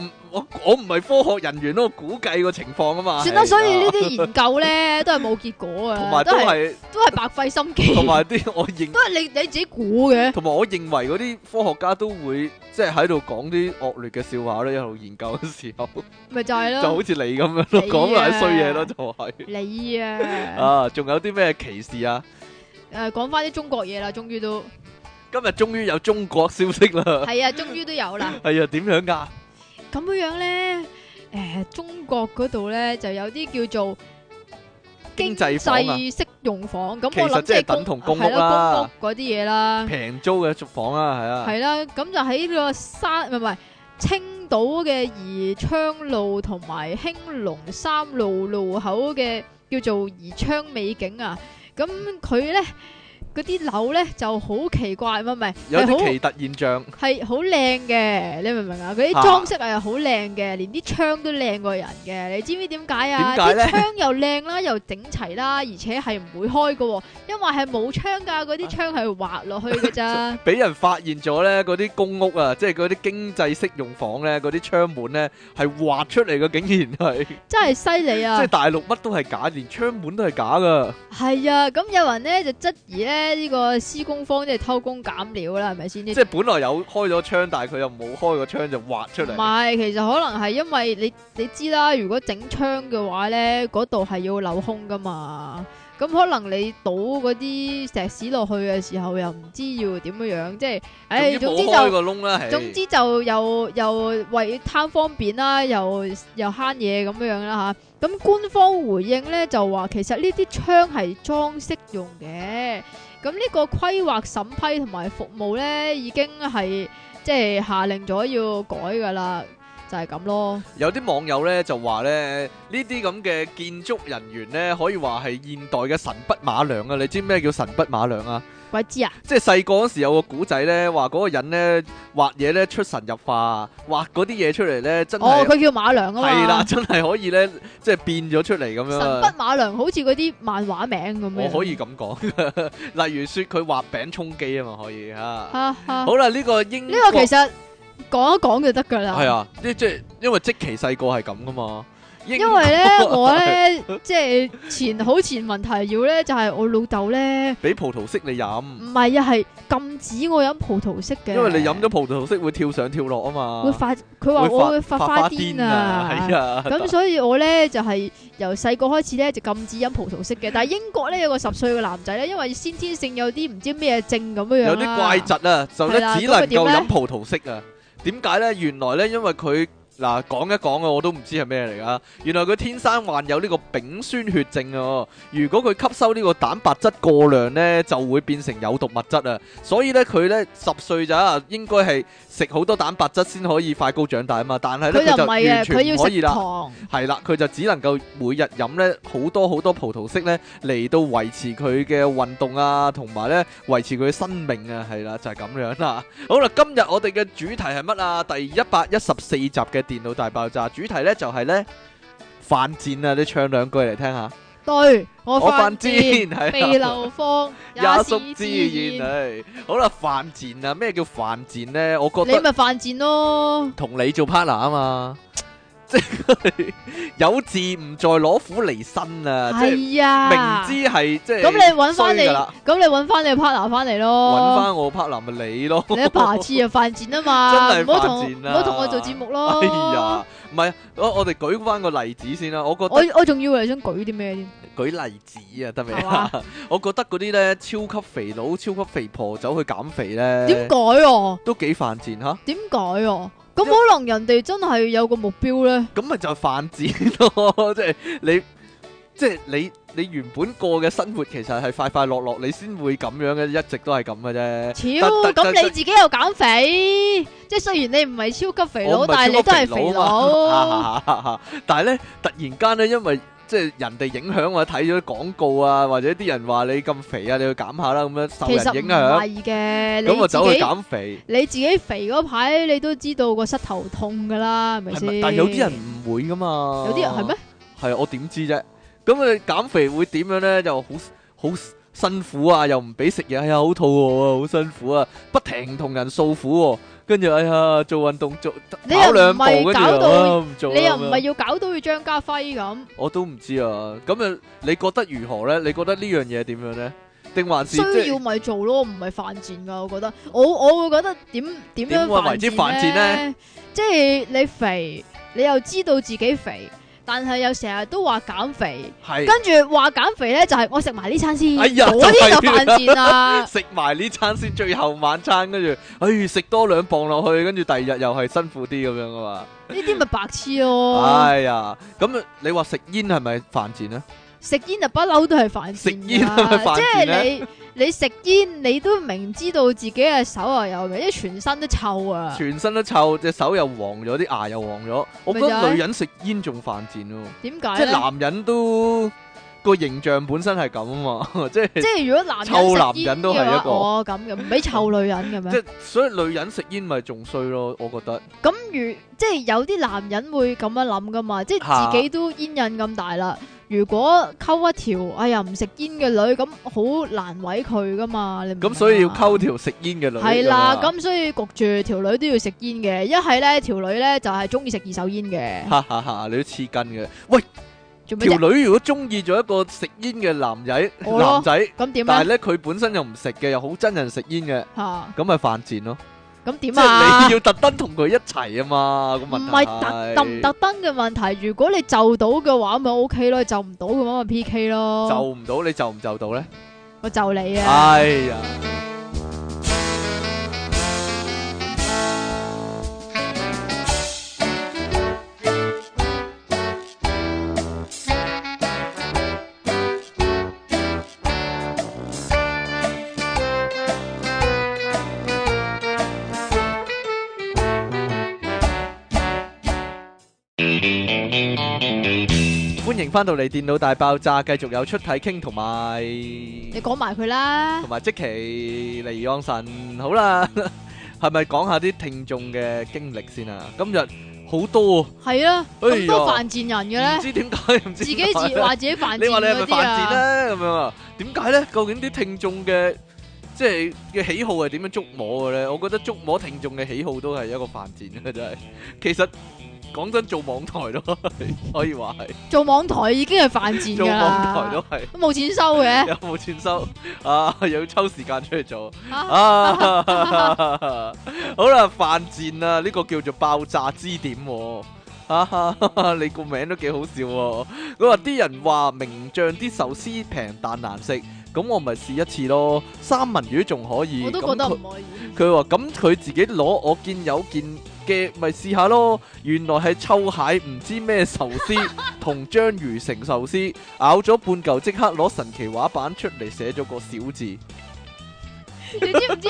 唔，我我唔係科學人員咯，我估計個情況啊嘛。算啦。係所以啊呢啲研究咧都係冇結果同嘅，埋都都係係，都係白費心機，同都埋啲 我認，係你你自己估嘅。同埋我認為嗰啲科學家都會即係喺度講啲惡劣嘅笑話咧，一路研究嘅時候，咪就係就咯好，似你咁樣咯，你講埋啲衰嘢咯，啊就係、你啊，啊，仲有啲咩歧視啊？誒講翻啲中國嘢啦，終於都今日終於有中國消息啦，係啊，終於都有啦。係啊，點樣㗎？咁樣樣咧，誒中國嗰度咧就有啲叫做經濟房啊經濟適用房，咁其實我諗即係係等同公屋係啦咯公屋嗰啲嘢啦，平租嘅房啊，係啊，係啦，咁就喺呢個山唔係唔係青島嘅宜昌路同埋興隆三路路口嘅叫做宜昌美景啊，咁佢咧嗰啲樓咧就好奇怪，唔係唔係有係好啲奇特現象，係好靚嘅，你明唔明啊？佢啲啊裝飾係好靚嘅，連啲窗都靚過人嘅。你知唔知點解啊？點解呢啲窗又靚啦，又整齊啦，而且係唔會開嘅喎，因為係冇窗㗎，嗰 啲窗係滑落去嘅咋。俾人發現咗咧，嗰啲公屋啊，即係嗰啲經濟適用房咧，嗰啲窗門咧係畫出嚟嘅，竟然係，真係犀利即係啊！大陸乜都係假，連窗門都係假噶，係啊，咁有人咧就質疑咧呢個施工方即係偷工減料啦，係咪先？即呢係本來有開咗窗，但係佢又冇開個窗就畫出唔嚟，係，其實可能係因為你你知啦，如果整窗嘅話咧，嗰度係要留空噶嘛。咁可能你倒嗰啲石屎落去嘅時候，又唔知要點樣樣，即係，唉、總總之之冇開就個窿啦，係總之就又又為貪方便啦，又又慳嘢咁樣樣啦吓。咁官方回應咧就話，其實呢啲窗係裝飾用嘅。咁呢個規劃審批同埋服務咧，已經係即係下令咗要改噶啦，就係、咁咯。有啲網友咧就話咧，呢啲咁嘅建築人員咧，可以話係現代嘅神筆馬良啊！你知咩叫神筆馬良啊？鬼知啊，即係細個嗰時有個古仔咧，話嗰個人咧畫嘢咧出神入化，畫嗰啲嘢出嚟咧真哦，係佢叫馬良啊係啦，嘛，真係可以咧即係變咗出嚟咁樣神啊。筆馬良好似嗰啲漫畫名咁樣。我可以咁講， 例如說佢畫餅充飢啊嘛，可以嚇。哈哈，呢好啦，呢個英個國其實啊講一講就得噶啦。係啊，即即係因為即其細個係咁噶嘛。英因為 咧，我咧即係前好前文提要咧，就係、我老豆咧，俾葡萄適你飲，唔係啊，係禁止我飲葡萄式嘅，因為你飲咗葡萄適會跳上跳落啊嘛。會發，佢話會我會發花癲癲啊係。啊。咁所以我咧就係、由細個開始咧就禁止飲葡萄式嘅，但係英國咧有個十歲嘅男仔咧，因為先天性有啲唔知咩症咁樣樣有啲怪疾啊，就咧係啦只能咁佢點夠咧飲葡萄適啊。點解咧？原來咧，因為佢嗱，講一講啊，我都唔知係咩嚟噶。原來佢天生患有呢個丙酸血症啊。如果佢吸收呢個蛋白質過量呢，就會變成有毒物質啊。所以呢，佢呢十歲咋，應該係食好多蛋白質先可以快高長大啊嘛。但係呢，佢就佢唔係啊，完佢全要唔可以食啦。糖，係啦，佢就只能夠每日飲咧好多好多葡萄適咧嚟到維持佢嘅運動啊，同埋咧維持佢嘅生命啊，係啦，就係、咁樣啦。好啦，今日我哋嘅主題係乜啊？第一百一十四集嘅電腦大爆炸主題咧就係、呢：「犯賤啊！你唱兩句嚟聽下。對我我犯犯賤，賤係啊被流放也屬是自自然然。係。好啦，犯賤啊！咩叫犯賤咧？我覺你得。咪犯賤咯，同你做 partner 啊嘛， 即係有志唔在攞苦離身啊！即係係啊，明知係即係咁你揾翻你，衰㗎啦咁你揾翻你 partner 翻嚟揾咯。翻我 partner 咪你咯，你一白痴啊，犯賤啊 嘛，真係唔好同犯賤唔啦好同我做節目咯。哎呀，唔係我我哋舉翻個例子先啦，我覺我得我仲以為你想舉啲咩添，舉例子啊得未係啊嘛？ 我覺得嗰啲咧超級肥佬、超級肥婆走去減肥點咧，改哦？都幾犯賤吓，點改哦？咁可能人哋真係有個目標咧，咁咪就係犯賤咯， 即係你。即係你你原本過嘅生活其實係快快樂樂，你先會咁樣嘅，一直都係咁嘅啫。超得得咁你自己又減肥，即係雖然你唔係超級肥我佬，唔係但係你都係超級啊肥佬，佬。但係咧，突然間咧，因為即係人哋影響或啊者睇咗啲廣告啊，或者啲人話你咁肥啊，你去減下啦，咁樣受其人實唔影響，係嘅，咁你我自走去己減肥。你自己肥嗰排你都知道個膝頭痛噶啦，係咪係先咪？？但係有啲人唔會噶嘛。有啲人係咩？？係啊我點知啫？咁你減肥會點樣咧？就好好辛苦啊，又唔俾食嘢，哎呀好肚餓啊，好辛苦啊，不停同人訴苦喎、跟住哎呀做運動做你又跑兩步，唔係跟住搞到啊唔做啦你又咁唔樣係要搞到要張家輝咁，我都唔知啊。咁啊，你覺得如何咧？你覺得呢樣嘢點樣咧？定還是需即要係咪做咯，唔係犯賤噶。我覺得我我會覺得點點點話樣為之犯犯賤賤呢咧？即係你肥，你又知道自己肥，但係又成日都話減肥，係跟住話減肥咧就係我食埋呢餐先，哎呀嗰啲就就係犯賤 啦。食埋呢餐先，最後晚餐，跟住唉食多兩磅落去，跟住第二日又係辛苦啲咁樣啊嘛。呢啲咪白痴咯。哎呀，咁你話食煙係咪犯賤咧？食煙啊就不嬲都係犯食賤煙係咪 㗎，犯即賤呢係你你食煙你都明知道自己嘅手啊有味，因為全身都臭啊。全身都臭，隻手又黃咗，啲牙又黃咗。我覺咪就得係女人食煙仲犯賤喎，點解即係咧？男人都個形象本身係咁啊嘛，即 係即係如果男人臭男食人煙都係一嘅個話，哦咁嘅，唔俾臭女人嘅即咩？係所以女人食煙咪仲衰咯，我覺得。咁如即係有啲男人會咁樣諗噶嘛，即嚇係自己都煙癮咁大啦。如果溝一條哎呀唔食煙嘅女，咁好難為佢噶嘛？你明唔明咁所以要啊溝條食煙嘅女。係啦，咁啊咁所以焗住條女都要食煙嘅，一係咧條女咧就係中意食二手煙嘅，哈哈哈！你都黐筋嘅。做咩啫？條女如果中意咗一個食煙嘅男仔，我咯男仔，咁點啊但係咧？咧佢本身又唔食嘅，又好憎人食煙嘅，吓，咁咪犯賤咯。咁即點係啊你？要特登同佢一齊啊嘛，個唔問題係特特唔特登嘅問題，如果你就到嘅話咪 O K 咯，就唔到嘅話咪 P K 就咯。唔到，你就唔就到咧？我就你啊！哎呀！歡迎翻到嚟《電腦大爆炸》，繼續有出體傾同埋你講埋佢啦同，埋即其尼昂神。好啦， 係咪講下啲聽眾嘅經歷先啊？今日好多啊，係啊，哎呀咁多犯賤人嘅唔咧，知點解，唔知自己點解自話自己 犯你賤話你係嗰咪啲犯賤啊，咧？咁樣啊？點解咧？究竟啲聽眾嘅即係嘅喜好係點樣捉摸嘅咧？我覺得捉摸聽眾嘅喜好都係一個犯賤嘅，真係。 其實講真，做網台咯，可以話係 做網台已經係犯賤做㗎網台啦都，係。 都冇錢收嘅有冇錢收啊？又要抽時間出去做啊啊！好啦，犯賤啊啦，呢、個叫做爆炸支點、喎。啊！ 你個名都幾好笑喎、佢話啲人話名將啲壽司平但難食，咁我咪試一次咯。三文魚仲可以，我都咁覺得佢唔可以。佢話咁佢自己攞，我見有件嘅，咪試下咯。原來係臭蟹唔知咩壽司 同章魚成壽司，咬咗半嚿即刻攞神奇畫板出嚟寫咗個小字。你知唔知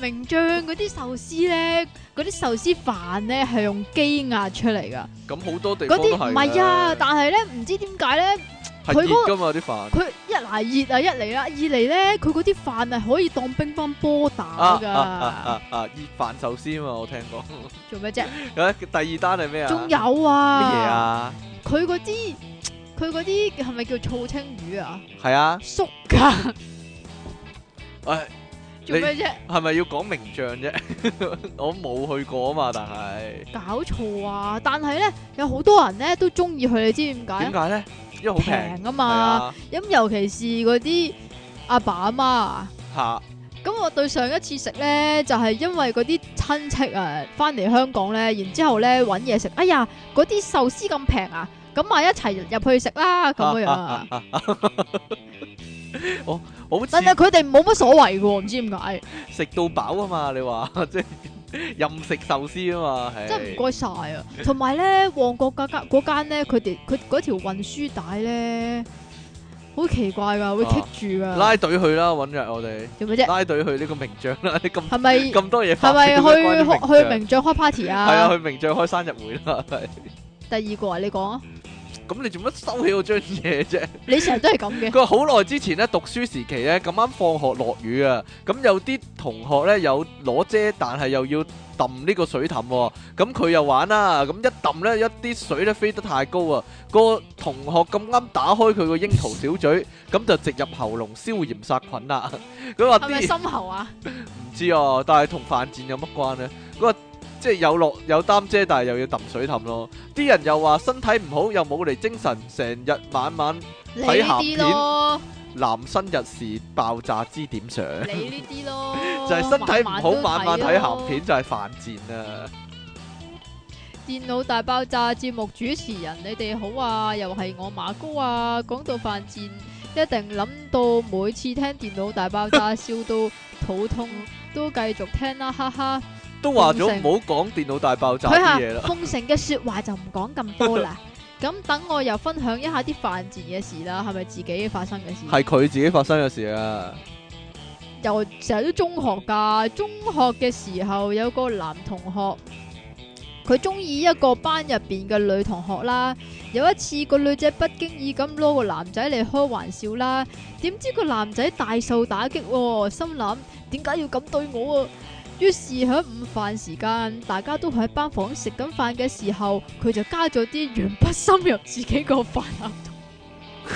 名將嗰啲壽司咧，嗰啲壽司飯咧係用機壓出嚟噶？咁好多地嗰方都啲係唔係啊，嘅但係咧唔知點解咧，係佢嗰熱㗎嘛啲飯。佢一嚟熱啊，一嚟啦，二嚟咧佢嗰啲飯係可以當乒乓波打啊㗎。啊啊啊啊！熱飯壽司啊嘛，我聽講。 做咩啫？咁第二單係咩啊？仲有乜啊？嘢？啊？佢嗰啲佢嗰啲係咪叫醋青魚啊？係啊，縮㗎，誒 做咩啫？係咪要講名將啫？ 我冇去過啊嘛，但係搞錯啊！但係咧有好多人咧都中意佢，你知唔解點啊？解咧？因為好平平啊係嘛，啊，咁尤其是嗰啲阿爸阿媽啊。嚇咁我對上一次食咧，就係、因為嗰啲親戚啊，翻嚟香港咧，然之後咧揾嘢食，哎呀，嗰啲壽司咁平啊，咁咪一齊入去食啦，咁樣樣啊。好似但係佢哋冇乜所謂嘅喎，唔知點解，食到飽啊嘛！你話 即係任食壽司啊嘛，係真係唔該晒啊！同埋咧，旺角嗰間嗰間咧，佢哋佢嗰條運輸帶咧，好奇怪㗎，會棘住㗎，啊拉隊去啦，揾日我哋做咩啫？拉隊去呢個名將啦，你咁係咪咁多嘢係發咪表都關於去去將名將開 party 啊？係啊，去名將開生日會啦。係 第二個啊，你講啊，咁你做乜收起我張嘢啫？你成日都係咁 嘅。佢話好耐之前咧，讀書時期咧，咁啱放學落雨啊，咁有啲同學咧有攞遮，但係又要揼呢個水氹喎、咁佢又玩啦，咁一揼咧，一啲水咧飛得太高啊，個同學咁啱打開佢個櫻桃小嘴，咁就直入喉嚨消炎殺菌啦。佢話係咪啲心喉啊？唔知啊，但係同犯賤有乜關呢？嗰個即係有落有擔遮，但係又要揼水氹咯。啲人又話身體唔好，又冇嚟精神，成日晚晚。你睇呢鹹啲片咯，男生日是爆炸之點上，，你呢啲咯 就係身體唔好，晚晚睇鹹咯片。就係犯賤啊！電腦大爆炸節目主持人，你哋好啊，又係我馬高啊。講到犯賤，一定諗到每次聽電腦大爆炸，笑到肚痛，都繼續聽啦，哈哈。 都話咗唔好講電腦大爆炸佢啲嘢啦，話奉承嘅说話就唔講咁多 啦。咁等我又分享一下啲犯賤嘅事啦，係咪自己發生嘅事？係佢自己發生嘅事啊！又成日都中學噶，中學嘅時候有個男同學，佢中意一個班入邊嘅女同學啦。有一次個女仔不經意咁攞個男仔嚟開玩笑啦，點知個男仔大受打擊、喎，心諗點解要咁對我啊？於是喺午飯時間，大家都喺班房食緊飯嘅時候，佢就加咗啲鉛筆深入自己個飯盒度，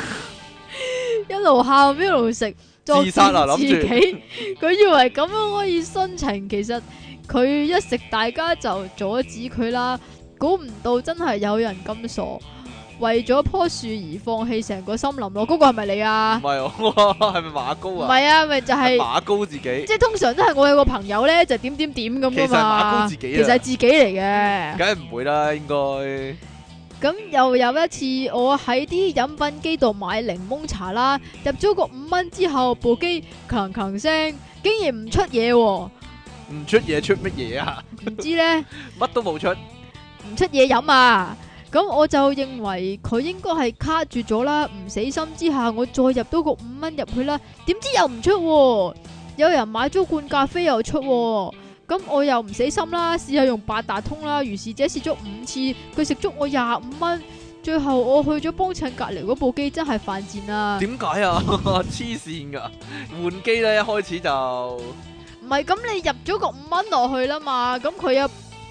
一路喊一路食，作自殺啊賤諗住自己。佢以為咁樣可以殉情，其實佢一食大家就阻止佢啦。估唔到真係有人咁傻，為咗棵樹而放棄成個森林咯。嗰、個係咪你唔啊？係我係咪馬唔高啊？係啊，咪就係、係馬高自己即，係通常都係我有個朋友咧就點點點其咁實係噶馬高嘛，自己其實係啊，自己嚟嘅。梗係唔會啦，應該咁又有一次，我喺啲飲品機度買檸檬茶啦，入咗個五蚊之後，部機強強聲，竟然唔出嘢喎、唔出嘢出乜嘢啊？唔知咧。乜都冇出，唔出嘢飲啊！咁我就認為佢應該係卡住咗啦，唔死心之下，我再入到個五蚊入去啦，點知又唔出、喎。有人買咗罐咖啡又出、喎。咁我又唔死心啦，試下用八達通啦，如是者試咗五次，佢食足我廿五蚊，最後我去咗幫襯隔離嗰部機，真係犯賤啊！點解啊？ 黐線㗎，換機咧一開始就唔係咁，你入咗個五蚊落去啦嘛，咁佢有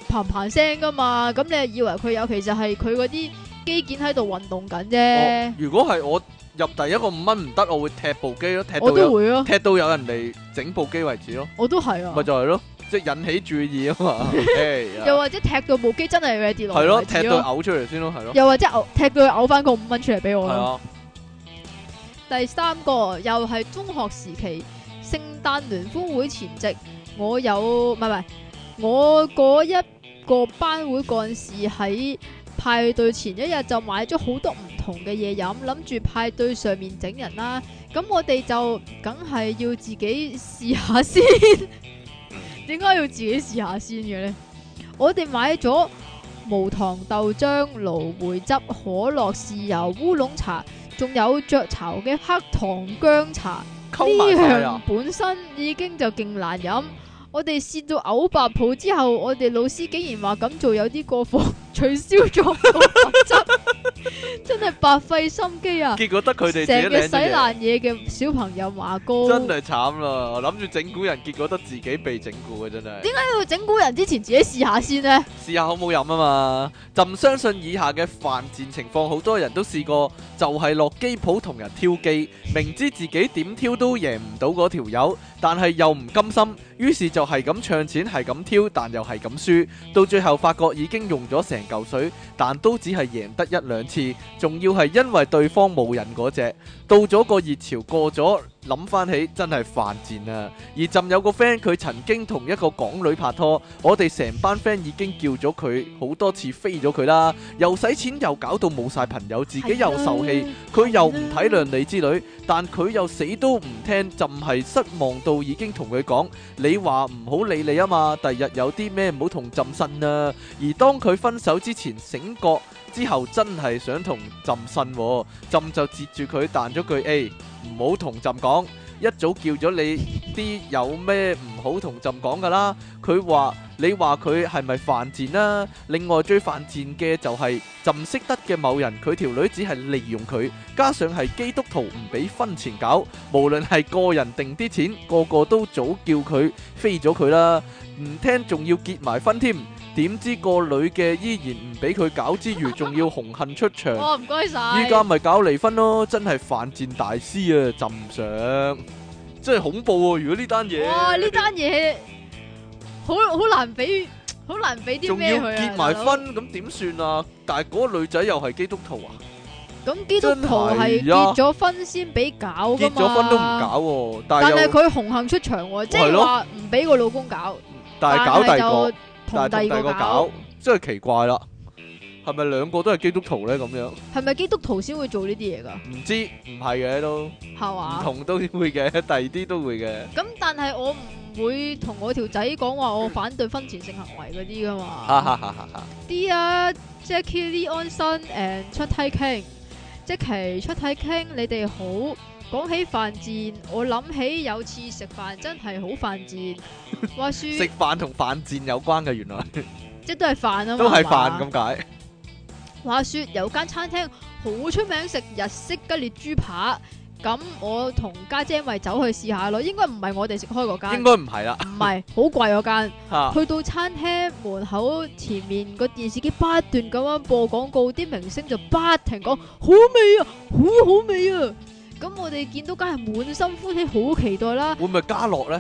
嘭嘭聲噶嘛，咁你係以為佢有，其實係佢嗰啲機件喺度運動緊啫我。如果係我入第一個五蚊唔得，我會踢部機咯，踢到我有都會啊，踢到有人嚟整部機為止咯，我都係咪啊。就係咯，即係引起注意 啊嘛，又係或者踢到部機真係嘅跌落嚟咯，為止踢到嘔出嚟先咯，係咯，又或者嘔踢到佢嘔翻個五蚊出嚟俾我係啦。啊，第三個又係中學時期聖誕聯歡會前夕，我有唔係唔係，我嗰一個班會幹事喺派對前一日就買咗好多唔同嘅嘢飲，諗住派對上面整人啦。咁我哋就梗係要自己試下先。點解要自己試下先嘅呢？我哋買咗無糖豆漿、蘆薈汁、可樂、豉油、烏龍茶，仲有雀巢嘅黑糖薑茶。溝埋呢晒樣啊！本身已經就勁難飲，我哋試到嘔白泡之後，我哋老師竟然話咁做有啲過火，取消咗 個汁，真係白費心機啊！結果得佢哋自己成日領洗咗嘢，爛嘢嘅小朋友牙膏，真係慘啦！我諗住整蠱人，結果得自己被整蠱嘅真係。喺度整蠱人之前自己試下先呢。試下好唔好飲啊嘛！朕相信以下嘅犯賤情況，好多人都試過，就係落機鋪同人挑機，明知自己點挑都贏唔到嗰條友，但係又唔甘心，於是就係咁唱錢，係咁挑，但又係咁輸，到最後發覺已經用咗成嚿水，但都只係贏得一兩次，仲要係因為對方冇人嗰只。到咗個熱潮過咗，諗翻起真係犯賤啊！而朕有個 friend 佢曾經同一個港女拍拖，我哋成班 friend 已經叫咗佢好多次飛咗佢啦，又使錢又搞到冇晒朋友，自己又受啊氣，佢又唔體諒你之類，但佢又死都唔聽，朕係失望到已經同佢講，你話唔好理你啊嘛，第日有啲咩唔好同朕呻啊！而當佢分手之前醒覺之後，真係想同朕呻喎，朕就截住佢彈咗句：，誒、哎唔好同朕講，一早叫咗你。啲有咩唔好同朕講噶啦？佢話你話佢係咪犯賤啦、另外最犯賤嘅就係朕識得嘅某人，佢條女只係利用佢，加上係基督徒唔俾婚前搞，無論係個人定啲錢，個個都早叫佢飛咗佢啦，唔聽仲要結埋婚添。點知個女嘅依然唔俾佢搞之餘，仲要紅杏出牆。哦，唔該晒。依家咪搞離婚咯，真係犯賤大師啊！朕想，真係恐怖喎、如果呢單嘢，哇呢單嘢好好難俾，好難俾啲仲咩要佢啊結埋。大佬婚，咁點算啊？但係嗰個女仔又係基督徒啊，咁基督徒係真係啊結咗婚先俾搞噶結嘛？咗婚都唔。搞喎、但但係係又佢紅杏出牆喎，即係係咯話唔俾個老公搞，但係搞第二個但就，同係同第第二二個個搞搞，，真係奇怪啦。係咪兩個都係基督徒咧？咁樣係咪基督徒先會做呢啲嘢㗎？唔知唔係嘅都唔係嘛？同都會嘅， 第二啲都會嘅。咁但係我唔會同我條仔講話我反對婚前性行為嗰啲㗎哈嘛。哈哈哈哈！啲啊，Jackie Lee 安生 and 出體傾，即其出體傾，你哋好。講起犯賤，我諗起有次食飯真係好犯賤。話食説飯同犯賤有關嘅，原來即都係飯啊嘛，都係係嘛飯咁解。話說有間餐廳好出名食日式吉列豬扒，咁我同家姐咪走去試下咯。應該唔係我哋食開嗰應間，該啊唔係啦，唔係好貴嗰間。嚇。去到餐廳門口前面個電視機不斷咁樣播廣告，啲明星就不停講好味啊，好好味啊。咁我哋見到梗係滿心歡喜，好期待啦。會唔會加落咧？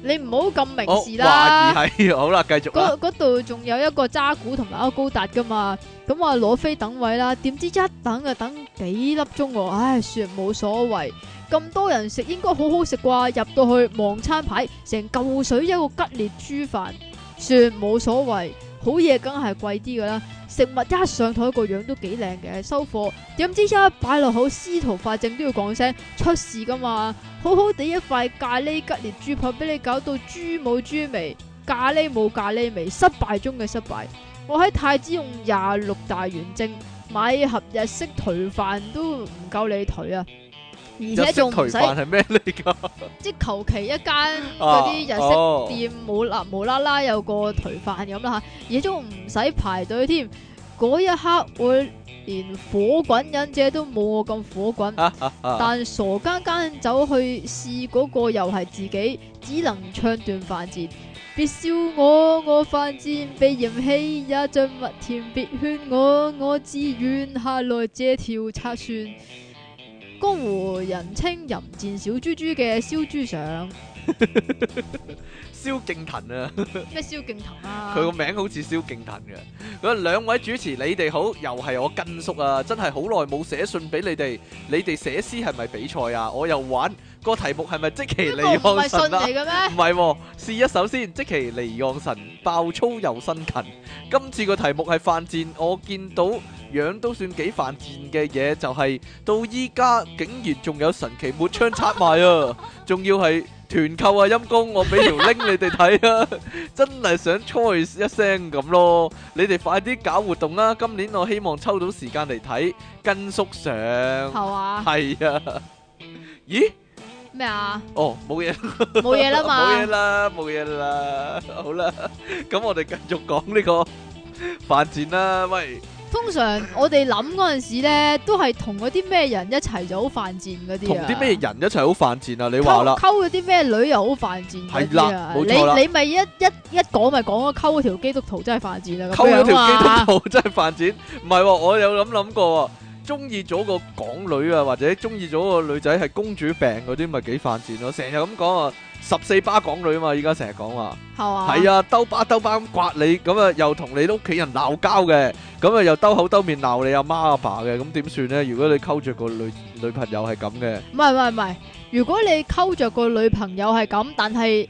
你唔好咁明我示啦。懷疑係好啦，繼續啦嗰。嗰度仲有一個渣古同埋一個高達噶嘛，咁話攞飛等位啦，點知一等就等幾粒鐘喎，唉，算冇所謂，咁多人食應該好好食啩，入到去望餐牌，成嚿水一個吉列豬飯，算冇所謂，好嘢梗係貴啲噶啦，食物一上台個樣都幾靚嘅，收貨，點知一擺落口司徒法正都要講聲出事噶嘛，好好地一塊咖喱吉列豬扒俾你搞到豬冇豬味。咖喱冇咖喱味，失敗中嘅失敗。我喺太子用廿六大元正買盒日式頹飯都唔夠你頹啊！而日且式仲唔頹使飯係咩嚟噶？即求其一間嗰啊啲日式哦店冇啦無啦啦有個頹飯咁啦嚇，而且仲唔使排隊添。嗰一刻我連火滾忍者都冇我咁火滾。啊但傻更更走去試嗰個又係自己，只能唱段犯賤。別笑我，我犯賤被嫌棄，也像麥田。別勸我，我自願下來借條拆算。江湖人稱淫賤小豬豬嘅燒豬上，蕭敬騰啊，咩蕭敬騰啊？佢個名好似蕭敬騰嘅。佢話兩位主持，你哋好，又係我根叔啊！真係好耐冇寫信俾你哋，你哋寫詩係咪比賽啊？我又玩個題目係咪即其呢離個唔係岸信神啊嚟？嘅咩？唔係喎，試一首先，即其離岸神爆粗又辛勤。今次個題目係犯賤，我見到樣都算幾犯賤嘅嘢， 就係、到依家竟然仲有神奇抹槍插埋啊！仲要係團購啊，陰公，我俾條 link 你哋睇啊，真係想吹一聲咁咯。你哋快啲搞活動啦！今年我希望抽到時間嚟睇跟叔上，係嘛？係啊。咦？咩啊？哦，冇嘢，冇嘢啦冇嘢嘛，啦，冇嘢啦。好啦，咁我哋繼續講呢個犯賤啦。喂，通常我哋諗嗰阵时咧，都係同嗰啲咩人一齊就好犯賤嗰同啲啊。啲咩人一齊好犯賤啊？你溝？話啦，沟嗰啲咩女又好犯賤嗰啲係啦啊！冇錯啦你你咪一一一講咪講咯，溝嗰條基督徒真係犯賤啦，溝咗咁樣條啊基督 徒真係犯賤，唔係喎，我有諗諗過喎，中意咗個港女啊，或者中意咗個女仔係公主病嗰啲，咪幾犯賤咯，成日咁講啊，十四巴港女啊嘛，而家成日講話，係嘛？係啊，兜巴兜巴咁刮你，咁啊又同你屋企人鬧交嘅，咁啊又兜口兜面鬧你阿媽阿爸嘅，咁點算呢？如果你溝着個女女朋友係咁嘅，唔係唔係唔係，如果你溝着個女朋友係咁，但係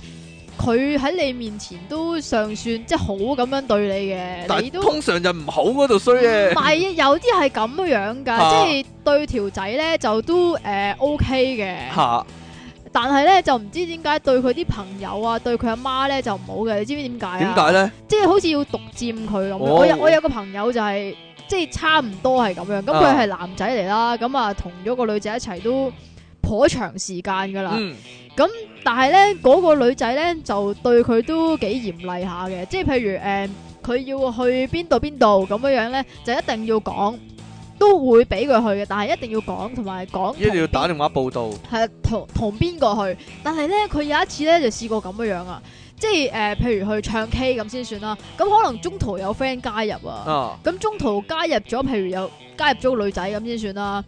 佢喺你面前都尚算即係好咁樣對你嘅，但你係都通常就唔好嗰度衰唔嘅，係有啲係咁樣㗎， 啊即係對條仔咧就都誒、呃 OK 嘅，嚇但係咧就唔知點解對佢啲朋友啊，對佢阿媽咧就唔好嘅，你知唔知點解點啊？解呢？即係好似要獨佔佢咁樣。哦我有我有個朋友就係、即係差唔多係咁樣，啊咁佢係男仔嚟啦，咁啊同咗個女仔一齊都頗長時間㗎啦。嗯，但係咧嗰個女仔咧就對佢都幾嚴厲下嘅，即係譬如誒，呃佢、要去邊度邊度咁樣樣咧，就一定要講，都會俾佢去嘅，但係一定要講同埋講一定要同邊打電話報道，係同同邊個去？但係咧，佢有一次咧就試過咁樣樣啊，即係誒、呃譬如去唱 K 咁先算啦。咁可能中途有 friend 加入啊，啊咁、中途加入咗，譬如有加入咗個女仔咁先算啦。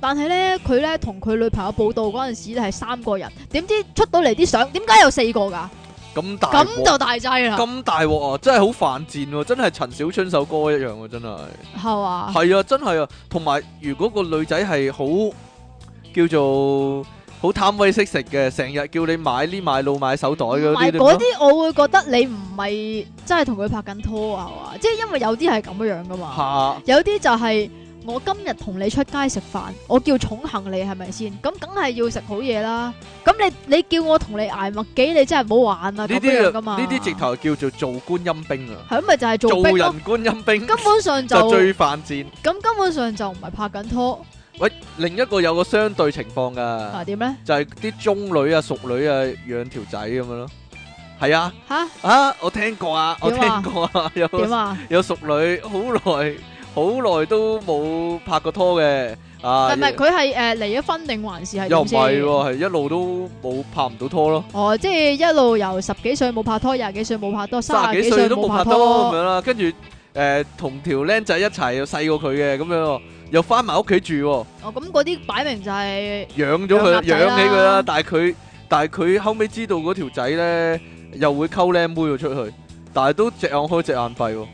但係咧，佢咧同佢女朋友報道嗰陣時咧係三個人，點知出到嚟啲相點解有四個㗎？咁大鑊咁就大劑啦，咁大鑊啊！真係好犯賤喎、真係陳小春首歌一樣喎、真係。係嘛？係啊，真係啊。同埋如果個女仔係好叫做好貪威識食嘅，成日叫你買呢買路買手袋嗰啲，唔係啊你嗰覺得啲，我會覺得你唔係真係同佢拍緊拖啊，係嘛？即係因為有啲係咁樣樣㗎嘛。嚇有啲就係我今日同你出街食飯，我叫重行你係咪先？咁梗係要食好嘢啦。咁你你叫我同你挨麥記，你真係唔好玩啦。呢咁樣啲噶嘛？呢啲直頭叫做做官陰兵啊，係咁咪就係做做兵咯。人官陰兵根本上就就咁，最犯賤。根本上就唔係拍緊拖，另一個有個相對情況㗎，啊點咧？就係啲中女啊、熟女啊養條仔咁樣咯。係啊，吓啊我聽過啊，我聽點啊過啊，有點啊？有熟女，好耐好耐都冇拍過拖嘅，啊，係咪佢係诶離咗婚定還是係又唔點先係喎，係一路都冇拍唔到拖咯，哦，即係一路由十幾歲冇拍拖，廿幾歲冇拍拖，卅三十幾幾歲歲都冇冇拍拍拖咁拖，樣啦，跟住誒同條僆仔一齊又細過佢嘅咁樣嗯喎，又翻埋屋企住喎，哦咁嗰啲擺明就係養咗佢，養鴨養仔啦起佢啦，但係佢但係佢後尾知道嗰條仔咧又會溝僆妹咗出去，但係都隻眼開隻眼閉喎，唔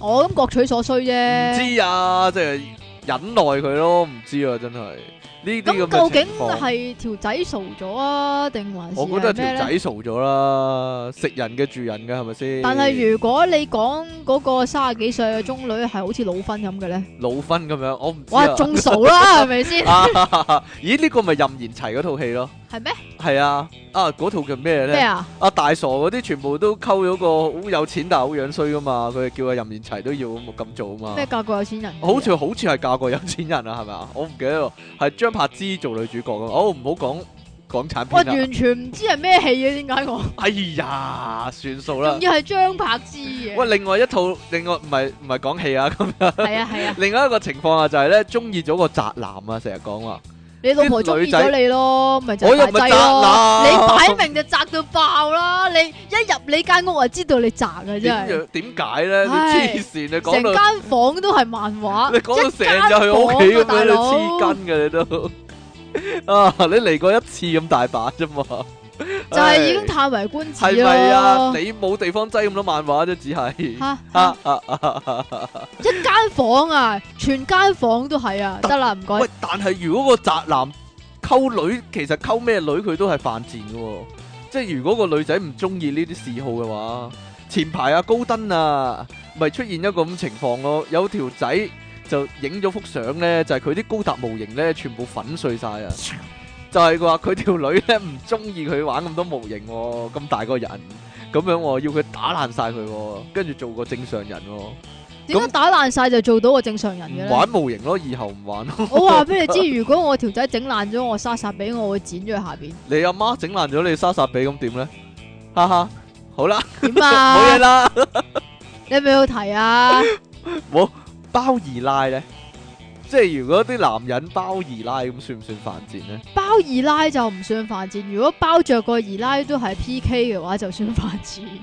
我咁各取所需啫。知啊，即係忍耐佢咯，唔知啊，真係呢啲咁嘅咁情究竟況。係條仔傻咗啊，定還是我覺得係咩條咧？仔傻咗啦，食人嘅住人嘅係咪先？但係如果你講嗰個三十幾歲嘅中女係好似老婚 咁嘅咧，老婚咁樣，我唔知哇啊。 仲傻啦，係咪先？啊咦？呢個咪任賢齊嗰套戲咯？係咩係啊，啊嗰套叫咩咩咧？啊？啊大傻嗰啲全部都溝咗個好有錢但係好樣衰噶嘛，佢哋叫阿任賢齊都要咁咁做啊咩嘛。嫁過有錢人？好似好似係嫁過有錢人啊，係咪 啊？我唔記得喎，係張柏芝做女主角噶。哦，唔好講港產我片啦。完全唔知係咩戲嘅，點 解我哎呀，算數啦仲。要係張柏芝啊嘅？喂，另外一套，另外唔係唔係講戲啊。係啊係啊，另外一個情況啊，就係咧中意咗個宅男啊，成日講話，你老婆中意啲女咗仔你咯，咪就我又係唔係大劑宅男咯。你擺明就宅到爆啦！你一入你間屋就知道你宅啊，真點係樣點解咧？你唉黐線，你成講到間房都係漫畫，你講到成日去我我屋企咁樣，你佬。黐筋嘅你都 啊！你嚟過一次咁大把啫嘛，就係已經嘆為觀唉止係咪啊？咯。你冇地方擠咁多漫畫啫，只係嚇啊嚇啊啊！一間房啊，全間房都係啊，得得啦，唔該。喂，但係如果個宅男溝女，其實溝咩女佢都係犯賤嘅喎。即係如果個女仔唔中意呢啲嗜好嘅話，前排啊高登啊，咪出現一個咁情況咯。有條仔就影咗幅相咧，就係佢啲高達模型咧全部粉碎晒啊！就係話佢條女咧唔中意佢玩咁多模型、喎，咁大個人咁樣、喎，要佢打爛晒佢、喎，跟住做個正常人、喎，點解打爛晒就做到個正常人嘅唔咧？玩模型咯，以後唔玩咯。我話俾你知，如果我條仔整爛咗我莎莎俾我，我會剪咗佢下邊你阿媽整爛咗你莎莎比咁點咧？哈哈，好啦，點冇嘢啊？啦。你係咪要提啊？包二奶咧，即係如果啲男人包二奶咁，算唔算犯賤咧？包二奶就唔算犯賤，如果包着個二奶都係 P K 嘅話，就算犯賤。唔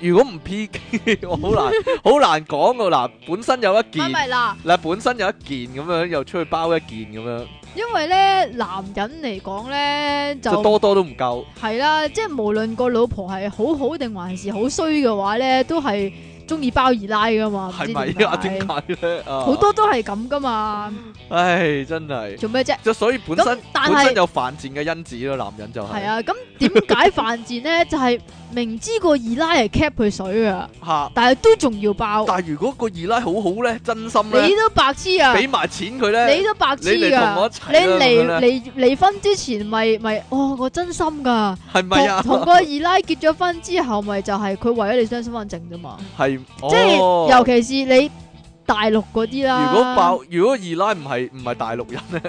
如果唔 P K，我 好難好難講噶嗱，本身有一件係唔係啦，嗱，本身有一件咁樣，又出去包一件咁樣，因為咧男人嚟講咧就就多多都唔夠。係啦，即係無論個老婆係好好定還是好衰嘅話咧，都係中意包二奶噶嘛，唔知係咪 點啊？解點解咧？啊，好，多都係咁噶嘛， 唉，真係，做咩啫？就所以本咁身但本身係有犯賤嘅因子咯，男人就係係啊，咁點解犯賤咧？就係明知個二奶係 cap 佢水啊，嚇。但係都仲要包，但係如果個二奶好好咧，真心你咧，都白痴啊！俾埋錢佢咧，你都白痴你嚟同我噶一齊，啦你咁樣離離離婚之前咪咪，哦，我真心噶，係咪同啊？同個二奶結咗婚之後，咪就係佢為咗你張身份證啫嘛，係，即係哦尤其啊是你大陸嗰啲啦，如果爆，如果二奶唔係唔係大陸人咧，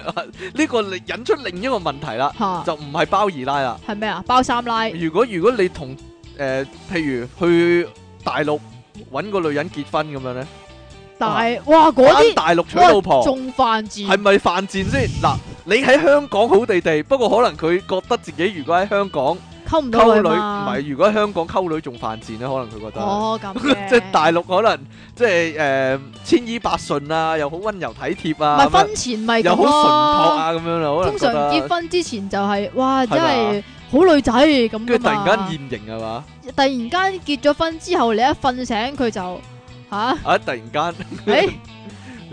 呢 個你引出另一個問題啦，吓就唔係包二奶啦。係咩啊？包三奶如果如果你同誒、呃譬如去大陸揾個女人結婚咁樣咧，但係哇嗰返啲大陸娶老哇婆，仲犯賤係咪犯賤先？嗱，你喺香港好地地，不過可能佢覺得自己如果喺香港溝唔到溝女女，唔嘛？係如果喺香港溝女仲犯賤咧，可能佢覺得。哦咁 嘅即係大陸可能即係誒、呃千依百順啊，又好温柔體貼啊，咪咁樣婚前咪又咁好淳樸咯。啊咁樣啦，可能通覺常得結婚啊之前就係哇，係真咪係好女仔咁跟住突㗎嘛然間現形係啊嘛？突然間結咗婚之後，你一瞓醒佢 就吓，啊！突然 間誒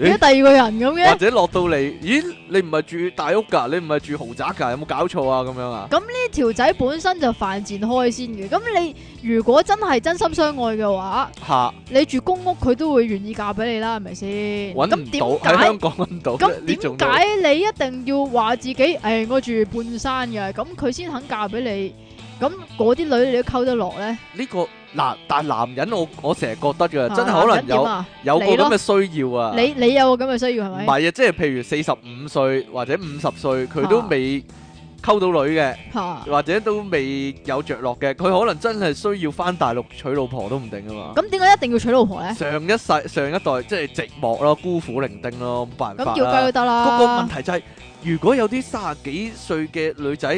點解第二個人咁或嘅？者落到嚟，咦？你唔係住大屋㗎，你唔係住豪宅㗎，有冇搞錯啊？咁樣啊？呢條仔本身就犯賤開先嘅，咁你如果真係真心相愛嘅話，嚇你住公屋佢都會願意嫁俾你啦，係咪先？揾咁唔點到喺香解？港揾唔到，咁呢種點解你一定要話自己誒、唉我住半山嘅，咁佢先肯嫁俾你？咁嗰啲女你都溝得落咧？呢個嗱？但係男人我我成日覺得㗎，真啊係可咁能點有啊有個你咯咁嘅需要啊。你你有個咁嘅需要唔係咪？係啊，即係譬如四十五歲或者五十歲，佢都啊未溝到女嘅。嚇或者都未有着落嘅，佢可能真係需要翻大陸娶老婆都唔定啊嘛。咁點解一定要娶老婆咧？上一世上一代即係寂寞咯，孤苦伶仃咯，冇辦咁法叫雞啦都。得嗰啦。個問題就係、如果有啲三十幾歲嘅女仔，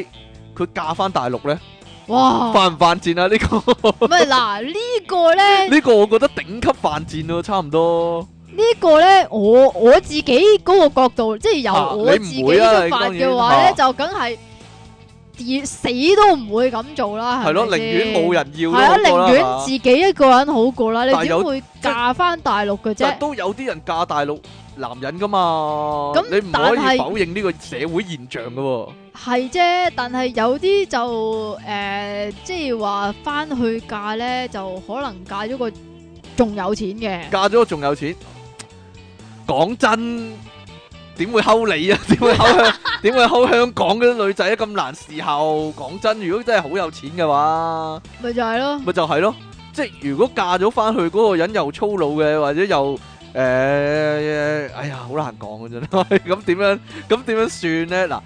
佢嫁翻大陸咧， 哇！犯唔犯賤啊？呢、個 唔係嗱，呢個咧，呢個我覺得頂級犯賤咯，差唔多。呢個咧，我我自己嗰個角度，即係啊由我自你己唔會啊出發你當然嘅話咧，啊就梗係而死都唔會咁做啦，係咯，寧咪願先冇。人要係啊，都好過啦寧願自己一個人好過啦。但係你有點會嫁翻大陸嘅啫但？都有啲人嫁大陸男人噶嘛，咁你唔但可以係否認呢個社會現象噶喎。係啫，但係有啲就誒，即係話翻去嫁咧，就可能嫁咗個仲有錢嘅。嫁咗仲有錢，講真，點會溝你啊？ 點會溝香？點會溝香港嗰啲女仔啊咁難伺候？講真，如果真係好有錢嘅話，咪就係咯，咪就係咯。即係如果嫁咗翻去嗰個人又粗魯嘅，或者又誒、呃哎呀，好難講嘅真係。 咁點樣？咁點樣算呢？嗱，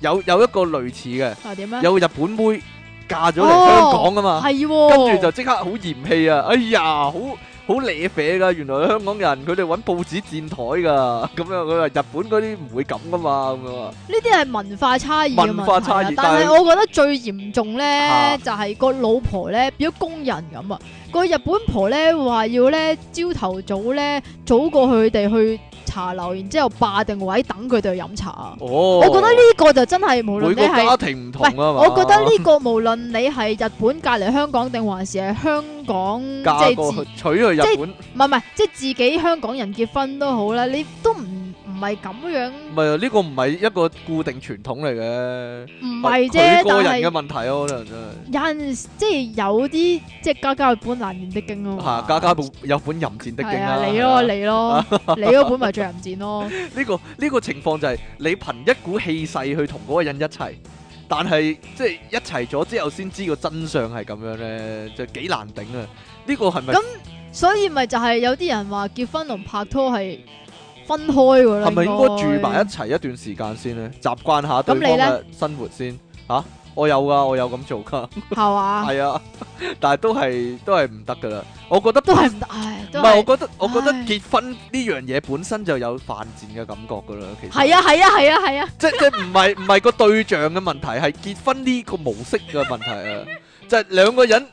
有有一個類似嘅，係點咧？有啊個日本妹嫁咗嚟香港啊嘛。係喎，跟住就即刻好嫌棄啊！哎呀，好好瀨啡噶，原來香港人佢哋揾報紙墊台噶， 咁樣佢話日本嗰啲唔會咁噶嘛，咁樣啊，呢啲係文化差異嘅文化差異問題啦啊但係但係我覺得最嚴重咧，啊就係個老婆咧變咗工人咁啊！個日本婆咧話要咧朝頭早咧早過佢哋去茶樓，然之後霸定位等佢哋去飲茶啊！哦，我覺得呢個就真係無論每你個家係。庭唔同喂，啊嘛，我覺得呢 個無論你係日本隔離香港定還是係香港，即嫁係過自去娶去日本唔係唔係，即係自己香港人結婚都好啦，你都唔唔係咁樣，唔係啊，呢個唔係一個固定傳統嚟嘅，唔係佢啫，個但人嘅係問題啊，可能真係。有陣時即係有啲即係家家有本難念的經啊吓嘛，家家本有本淫戰的經係啦，啊，你係啊咯你咯 你嗰本咪最淫賤咯，呢個呢個情況就係你憑一股氣勢去同嗰個人一齊，但係即係一齊咗之後先知個真相係咁樣咧，就幾難頂啊！呢個係咪咁所以咪就係有啲人話結婚同拍拖係分開㗎啦，係咪應應該該住埋一齊一段時間先咧？習慣下對咁方你呢嘅生活先吓、啊我有噶，我有咁做噶，係嘛？係啊， 但係都係都係唔得噶啦。我覺得都係唔得，唉，唔都係，係我覺得我覺得唉結婚呢樣嘢本身就有犯賤嘅感覺噶啦，其實係啊係啊係啊係啊，即即唔係唔係個對象嘅問題，係結婚呢個模式嘅問題啊！就係兩個人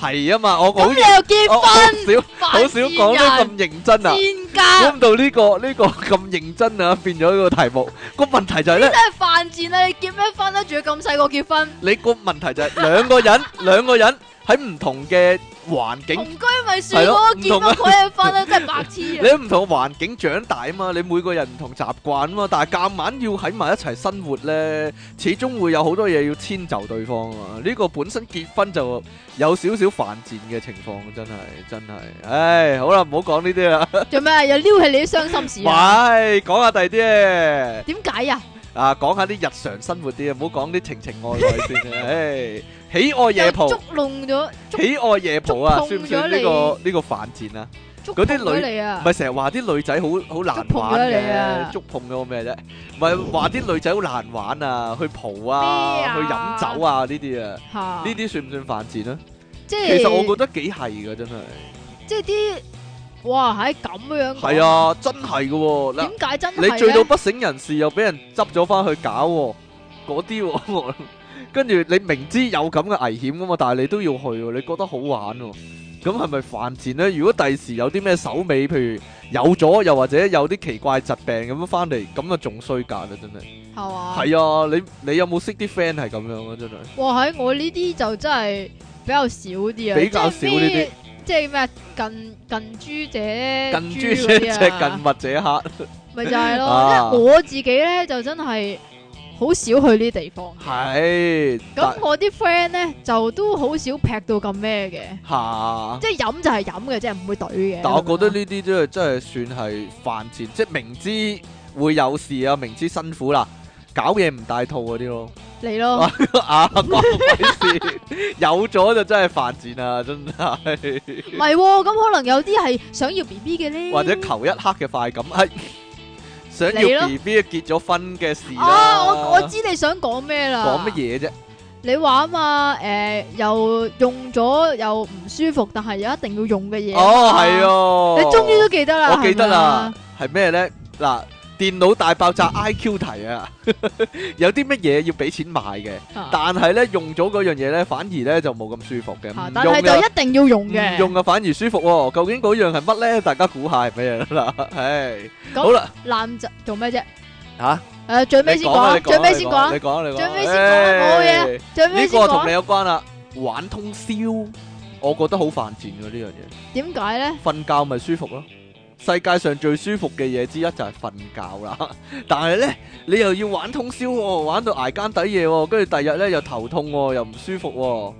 係啊嘛，我咁好你又結我我婚啊好少好少講呢得咁認真啊！賤估格，唔到呢個呢個咁認真啊，變咗呢個題目。個問題就係咧真，係犯賤啦！你結咩婚咧？啊仲要咁細個結婚，你個問題就係兩個人兩個人喺唔同嘅環境同。居咪係算咯咯？唔結同啊咗嗰日婚咧，真係白 痴你啊！喺唔同嘅環境長大啊嘛，你每個人唔同習慣啊嘛，但係夾硬要喺埋一齊生活呢，始終會有好多嘢要遷就對方啊嘛。呢、個本身結婚就有少少犯賤嘅情況，真係真係。唉，好啦，唔好講呢啲啦，做咩啊又撩起你啲傷心事啊？喂，講下第二啲啊點解啊？啊，講下啲日常生活啲啊，唔好講啲情情愛愛先啊。唉， 喜愛夜又蒲，捉弄咗，捉喜愛夜蒲啊，觸算唔碰算咗呢、你個呢、個犯賤啊？捉嗰啲弄女咗你啊！咪成日話啲女仔好好難玩觸碰咗你啊嘅，觸碰咗我咩啫？唔係話啲女仔好難玩啊，去蒲咩啊，啊去飲酒啊呢啲啊，嚇，呢呢啲算唔算犯賤啊？即其係啊實我覺得幾係噶，真係即係啲哇喺咁樣講係，啊，真係噶喎嗱，點解真係啊你醉到咧不省人事又俾人執咗翻去搞喎嗰啲喎， 我跟住你明知有咁嘅危險噶嘛，但係你都要去喎，你覺得好玩喎。咁係咪犯賤呢？如果第時有啲咩手尾，譬如有咗，又或者有啲奇怪疾病咁樣翻嚟，咁啊仲衰格啦，真係。係嘛？係啊，你你有冇識啲 friend 係咁樣啊？真係哇！喺我呢啲就真係比較少啲啊，比較少呢啲即係咩，即係咩啊近近朱者近朱朱嗰者啲赤，啊近墨者黑。咪就 係啊咯。因為我自己咧就真係好少去呢啲地方，係，咁我啲 friend 咧就都好少劈到咁咩嘅，嚇。即係飲就係飲嘅，即係唔會懟嘅。但我覺得咁樣呢啲真係真係算係犯賤，即係明知會有事啊，明知辛苦啦，搞嘢唔帶套嗰啲咯。 你咯，啊，關我鬼事！有咗就真係犯賤啦，真嗯係。唔係喎，咁可能有啲係想要 B B 嘅咧，或者求一刻嘅快感，係、想你要咯 B B 結咗婚嘅事啦。啊，我我知啊你想講咩啦，講乜嘢啫？你話啊嘛，誒、又用咗又唔舒服，但係又一定要用嘅嘢。哦，係哦，你終於都記得啦，我記得係咪啦啊，係咩咧？嗱，電腦大爆炸 I Q 題啊， 有啲乜嘢要俾錢買嘅，啊但係咧用咗嗰樣嘢咧，反而咧就冇咁舒服嘅，啊唔但用係嘅就一定要用唔嘅。用啊反而舒服喎。究竟嗰樣係乜咧？大家估下係咩啦？ 唉，咁好啦，男仔做咩啫？吓，誒、最你尾先講啊，你講，講最啊尾先你講，講啊，你講啊，最尾先講啊冇嘢唉最尾呢先個同你講。有關啦，玩通宵，我覺得好犯賤嘅呢樣嘢。點解咧？瞓覺咪舒服咯，世界上最舒服嘅嘢之一就係瞓覺啦。 但係呢，你又要玩通宵喎、玩到捱更抵夜喎、跟住第日呢又頭痛喎、又唔舒服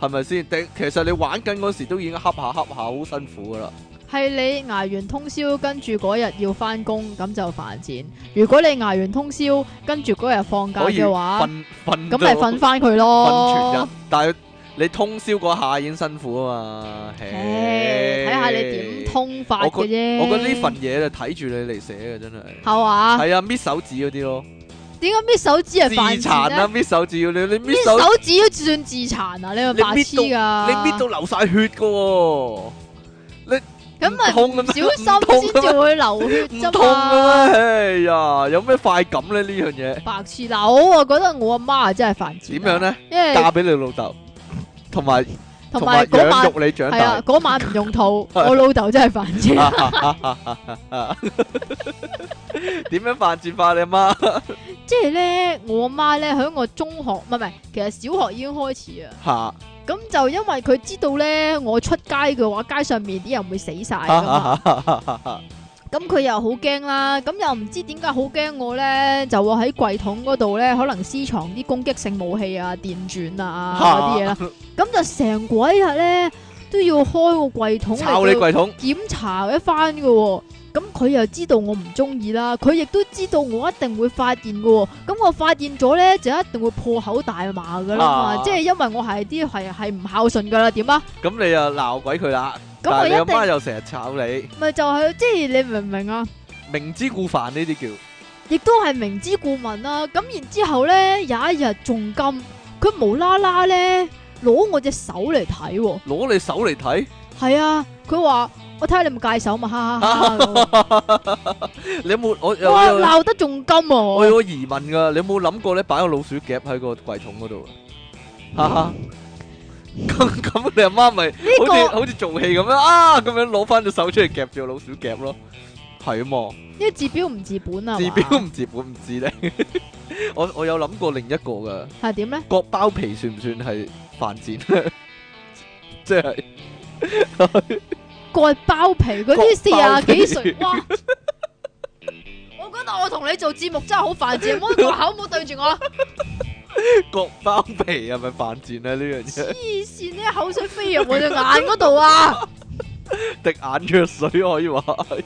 喎、係咪先？定其實你玩緊嗰時都已經恰下恰下，好辛苦噶啦。係你捱完通宵，跟住嗰日要翻工，咁就犯賤。如果你捱完通宵，跟住嗰日放假可以嘅話，瞓瞓啊咁到咪瞓翻佢瞓全日咯。，但係你通宵嗰下已經辛苦啊嘛。嘿唉睇下你點。通法我嘅啫。我覺得呢份嘢就睇住你嚟寫嘅，真係。係嘛？係啊，搣手指嗰啲咯，點解搣手指自係犯殘啦，賤咧？搣手指要你你搣搣手，手指都算自殘啊！你咪你搣到白痴噶！你搣到流晒血噶喎，咁咪唔痛嘅咩唔小心先至會流血唔啫痛噶嘛！咩？哎呀，有咩快感咧？呢樣嘢白痴嗱，我啊覺得我阿媽啊真係犯賤。點樣？咧？因為嫁俾你老豆，同埋同埋埋嗰晚養育你長係啊大，。啊嗰晚唔用套， 我老豆真係犯賤。點樣犯賤法你阿 媽？即係咧，我阿媽咧喺我中學唔係唔係，其實小學已經開始啊。嚇咁就因為啊佢知道咧，我出街嘅話，街上面啲人會死晒㗎嘛。嚇咁佢又好驚啦，咁又唔知點解好驚我咧，就話喺櫃桶嗰度咧，可能私藏啲攻擊性武器啊、電鑽啊嗰啲嘢啦，咁就成鬼日咧都要開個櫃桶抄嚟你到櫃桶，檢查一番嘅、喎，咁佢又知道我唔中意啦，佢亦都知道我一定會發現嘅、喎，咁我發現咗咧就一定會破口大罵噶啦嘛，啊即係因為我係啲係係唔孝順噶啦，點啊？咁你又鬧鬼佢啦。咁但我係一你阿媽定又成日炒你，咪就係、即係你明唔明啊？明知故犯呢啲亦都係明知故問啦、咁然之後咧有一日仲金，佢無啦啦咧攞我隻手嚟睇、喎，叫攞你手嚟睇，係啊，佢話我睇下你有冇戒手嘛，哈哈 哈咁啊你有冇我有哇有鬧得仲金喎、我有個疑問㗎，你有冇諗過咧擺個老鼠夾喺個櫃桶嗰度啊？哈哈，咁咁你阿媽咪呢好似個好似做戲咁樣啊，咁樣攞翻隻手出嚟夾住個老鼠夾咯，係啊嘛。呢治標唔治本啊，治標唔治本唔知咧。 我我有諗過另一個噶，係點咧？割包皮算唔算係犯賤？ 即係割包皮嗰啲四割包啊皮幾歲？哇！我覺得我同你做節目真係好犯賤，唔好個口唔好對住 我，割包皮係咪犯賤咧？呢樣 嘢黐線呢口水飛入我隻眼嗰度啊！滴眼藥水可以話係。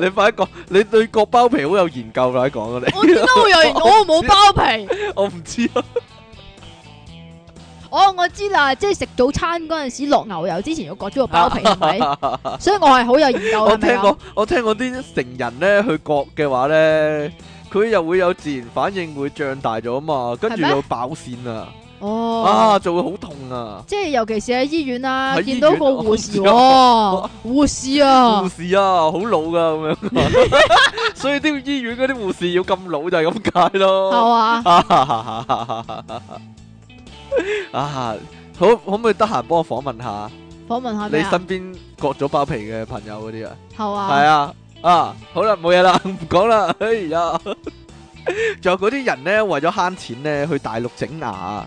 你快講，你對割包皮好有研究啦，講 啊我點解會有人我冇包皮？你，我唔知啊。哦，我知啦，即係食早餐嗰阵时落牛油之前要割咗個包皮，係咪？所以我係好有研究，我係咪聽啊過，我聽過啲成人咧去割嘅話咧，佢又會有自然反應，會脹大咗啊嘛，跟住係咩又爆線啊，啊哦，就會好痛啊。即係尤其是喺醫院啦，喺醫見院到個護士，我 哇，護士護啊，士啊，好老噶咁樣， 所以啲醫院嗰啲護士要咁老就係咁解係咯。嘛？ 啊，好可唔可以得閒幫我訪問下訪問下你咩啊？身邊割咗包皮嘅朋友嗰啲啊？係係嘛？啊，啊，好啦，冇嘢啦，唔講啦。哎呀，仲有嗰啲人咧，為咗慳錢咧，去大陸整牙，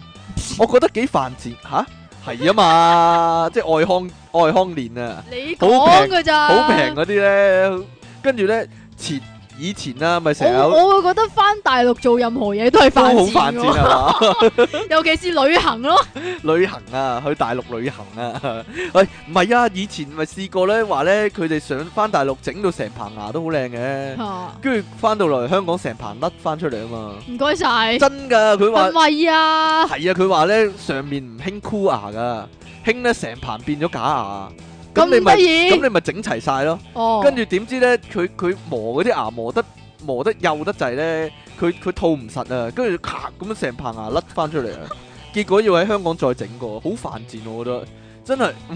我覺得幾犯賤吓，係啊 嘛，即係愛康愛康年啊。你好講平噶咋？好平嗰啲咧，跟住咧前以前啦，咪成日我有我會覺得翻大陸做任何嘢都都係犯好賤犯賤啊㗎喎，係嘛？ 尤其是旅行咯。 旅行啊，去大陸旅行啊，喂，唔係啊，以前咪試過咧，話咧佢哋上翻大陸整到成棚牙都好靚嘅，啊跟住翻到嚟香港成棚甩翻出嚟啊嘛，唔該晒，真㗎，佢話係咪啊？係啊，佢話咧上面唔興箍牙㗎，興咧成棚變咗假牙，咁你咁咪得咁意，你咪整齊晒咯。哦，跟住點知咧，佢佢磨嗰啲牙磨得磨得幼得滯咧，佢佢套唔實啊，跟住咔咁樣成棚牙甩翻出嚟 啊！結果要喺香港再整過，好犯賤我覺得，真係唔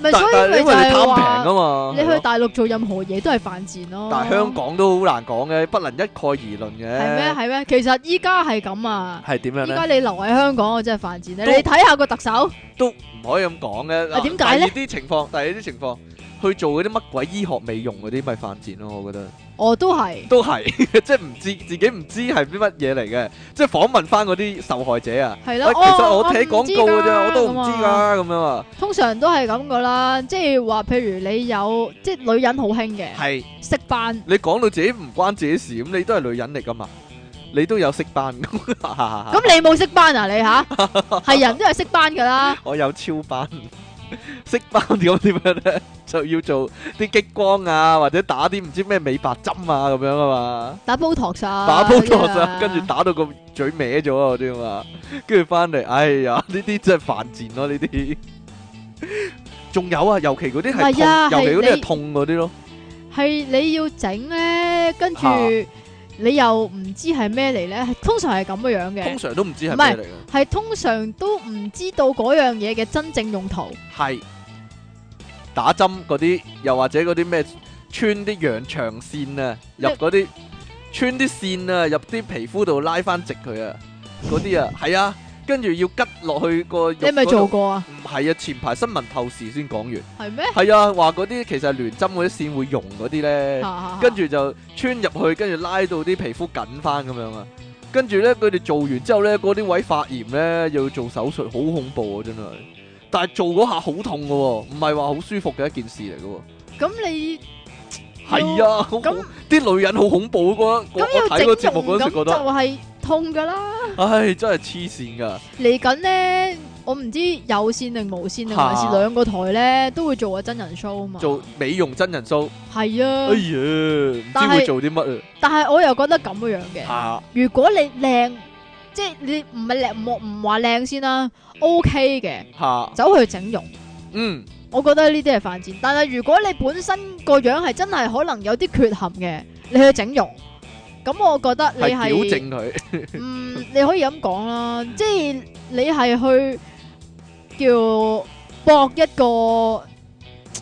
咪但所以但咪係因就為你係貪平話啊。嘛，你去係咯大陸做任何嘢都係犯賤咯。但係香港都好難講嘅，不能一概而論嘅。係咩？係咩？其實依家係咁啊！係點樣依家咧？你留喺香港，我真係犯賤咧。都你睇下個特首，都唔可以咁講嘅。啊點解呢第二啲情況，第二啲情況，去做嗰啲乜鬼醫學美容嗰啲，咪犯賤咯，我覺得。我都係都係， 即係唔知自己唔知係啲乜嘢嚟嘅，即係訪問翻嗰啲受害者啊。係喂，啦。其實我睇哦廣告嘅啫，我都唔。唔知㗎咁啊㗎咁樣啊。通常都係咁噶啦，即係話，譬如你有即係女人好興嘅係，色斑，你講到自己唔關自己事，咁你都係女人嚟㗎嘛？你都有色斑咁， 咁你冇色斑啊？你吓係人都係色斑噶啦，我有超斑。 色斑 咁點樣咧？就要做啲激光啊，或者打啲唔知咩美白針啊咁樣啊嘛，打 Botox 啊，打 b o t 嗰啲啊，跟住打到個嘴歪咗啊嗰啲啊嘛，跟住翻嚟，哎呀，呢啲真係犯賤咯，呢啲。仲有啊，尤其嗰啲唔係啊係痛，尤其嗰啲係你係痛嗰啲咯。係你要整咧，跟住嚇你又唔知係咩嚟咧，通常係咁樣樣嘅。通常都唔知係咩嚟嘅。系通常都唔知道嗰樣嘢嘅真正用途，係打針嗰啲，又或者嗰啲咩穿啲羊腸線啊，入咩嗰啲穿啲線啊，入啲皮膚度拉翻直佢啊，嗰啲 啊，係啊，跟住要吉落去個肉你咪嗰做度過啊？唔係啊，前排新聞透視先講完。係咩？係啊，話嗰啲其實係聯針嗰啲線會溶嗰啲咧，跟住就穿入去，跟住拉到啲皮膚緊翻咁樣啊。跟住咧，佢哋做完之後咧，嗰啲位發炎咧，又要做手術，好恐怖啊！真係。但係做嗰下好痛嘅喎，唔係話好舒服嘅一件事嚟嘅喎。咁你係啊，好咁恐啲女人好恐怖嗰咁我我睇個有節整目嗰容陣時咁覺得，就係痛噶啦。唉，真係黐線㗎。嚟緊咧，我唔知有線定無線定還是嚇兩個台咧，都會做個真人 show 啊嘛。做美容真人 show，係啊哎呀，，唔知但會係做啲乜但係我又覺得咁樣嘅。啊？如果你靚，即係你唔係靚，唔唔話靚先啦，OK 嘅，嚇嚇，走去整容。嗯，我覺得呢啲係犯賤，但係如果你本身個樣係真係可能有啲缺陷嘅，你去整容，咁我覺得你係矯係正佢，嗯，你可以咁講啦，即係你係去叫搏一個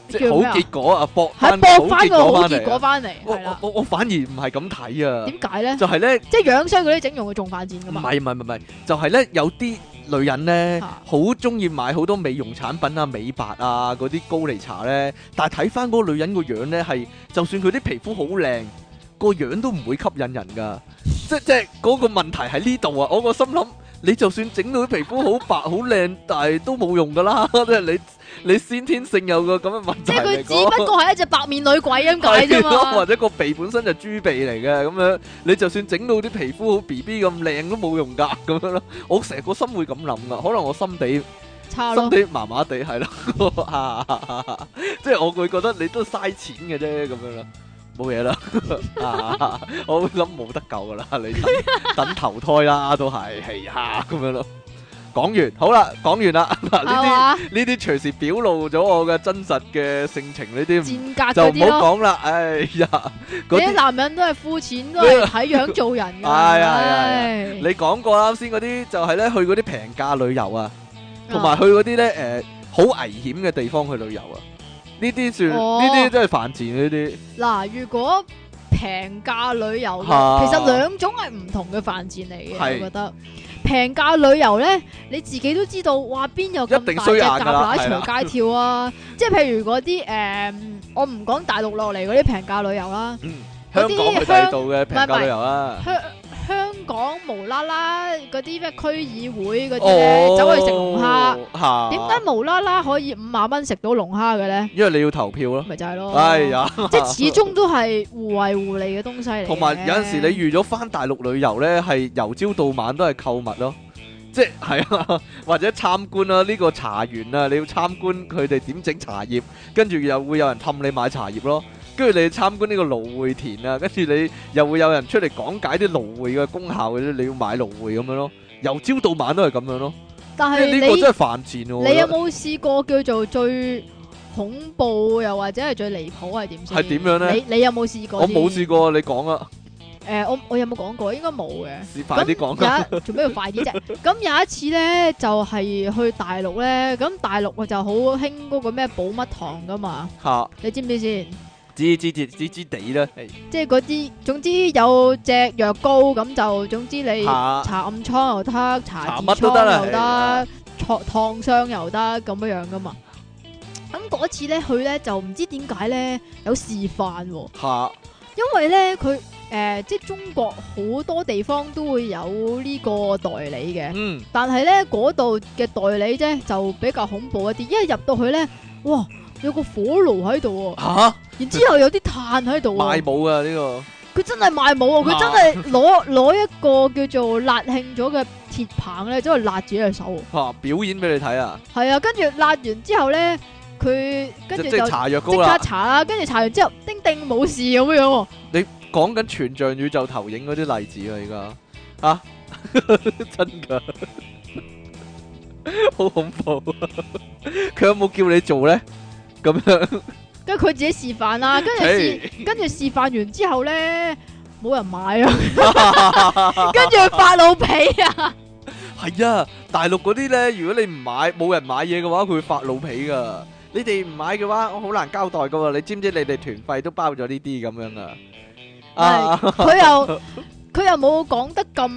即係叫咩好啊？結果啊，搏係翻搏翻個好結結果果翻嚟啊。翻嚟，我係啦。我我我反而唔係咁睇啊，點解咧？就係咧。即係樣衰嗰啲整容會仲犯賤噶唔嘛？係唔係唔係，就係咧有啲女人咧啊好中意買好多美容產品啊、美白啊嗰啲高麗茶咧，但係睇翻嗰個女人個樣咧係，就算佢啲皮膚好靚，個樣都唔會吸引人噶。即即係嗰個問題喺呢度啊！我個心諗，你就算整到啲皮膚好白好靚，但係都冇用噶 啦，即係你你先天性有個咁嘅問題即係佢嚟只不講。過係一隻白面女鬼咁解啫係咯或嘛。者個鼻本身就豬鼻嚟嘅咁樣，你就算整到啲皮膚好 B B 咁靚都冇用㗎咁樣咯。我成個心會咁諗噶，可能我心地差心啊咯，地麻麻地係咯，啊即係我會覺得你都嘥錢嘅啫咁樣咯。冇嘢啦， 啊我會諗冇得救噶啦，你等 等投胎啦，都係係啊咁樣咯。講完好啦，講完啦， 嗱係呢啲嘛？呢啲隨時表露咗我嘅真實嘅性情，呢啲唔賤格就啊嗰唔啲好咯。講啦，哎呀， 你嗰啲啲男人都係膚淺，都係睇樣做人 㗎。係啊係啊唉你講過啦，啱先嗰啲就係咧去嗰啲平價旅遊啊，同埋去嗰啲咧誒好危險嘅地方去旅遊啊，呢啲算哦呢啲真係犯賤呢啲，嗱，如果平價旅遊嘅，啊其實兩種係唔同嘅犯賤嚟嘅，係我覺得。平價旅遊咧，你自己都知道，哇邊有咁一定大衰隻硬蛤㗎啦乸係啦隨街 跳啊！即係譬如嗰啲誒，我唔講大陸落嚟嗰啲平價旅遊啦，嗯，嗰香啲港去第二度嘅平價旅遊啊，香香港無啦啦嗰啲咩區議會嗰啲哦啊咧，走去食龍蝦，嚇，點解無啦啦可以五萬蚊食到龍蝦嘅咧？因為你要投票咯，咪就係咯，哎呀，即係始終都係互惠互利嘅東西嚟嘅。同埋有陣時你預咗翻大陸旅遊咧，係由朝到晚都係購物咯，即係 係啊，或者參觀啦、呢個茶園啊，你要參觀佢哋點整茶葉，跟住又會有人氹你買茶葉咯。跟住你參觀呢個蘆薈田啊，跟住你又會有人出嚟講解啲蘆薈嘅功效嘅啫，你要買蘆薈咁樣咯，由朝到晚都係咁樣咯，即但係係呢你個真係犯賤喎。我你覺有得冇試過叫做最恐怖又或者係最離譜係點先？係點樣呢你你有冇試過？我冇試。過，你講啊，誒，我我有冇講過？應該冇嘅。你快啲講啊！咁有一做咩要快啲啫？ 咁有一次咧，就係去大陸咧，咁大陸就好興嗰個咩寶乜堂噶嘛，嚇，你知唔知先？知知知知知地啦，係即係嗰啲，總之有隻藥膏咁就，總之你嚇搽暗瘡又得，搽搽痔啊乜都得啦瘡又係得，燙燙傷又得咁樣樣噶嘛。咁嗰次咧，佢咧就唔知點解咧有示範喎、嚇因為咧佢誒即係中國好多地方都會有呢個代理嘅，嗯但係咧嗰度嘅代理咧就比較恐怖一啲，因為入到去咧，哇有個火爐喺度喎，嚇然之後有啲炭喺度喎賣。冇啊呢個。佢真係賣冇啊！佢真係攞 攞一個叫做辣慶咗嘅鐵棒咧，走去辣自己隻手。啊！表演俾你睇啊！係啊，跟住辣完之後咧，佢跟即住即就即係刻搽藥膏啦，搽啦，跟住搽完之後，叮叮冇事咁樣喎。講緊全像宇宙投影嗰啲例子啊！而家啊，真噶， 好恐怖啊！佢有冇叫你做咧？咁樣跟住佢自己示 範啦，跟住示跟住示範完之後咧，冇人買啊， 跟住佢發老脾啊，係啊！大陸嗰啲咧，如果你唔買，冇人買嘢嘅話，佢會發老脾噶。你哋唔買嘅話，我好難交代噶喎。你知唔知你哋團費都包咗呢啲咁樣啊？啊，佢又。 佢又冇講得咁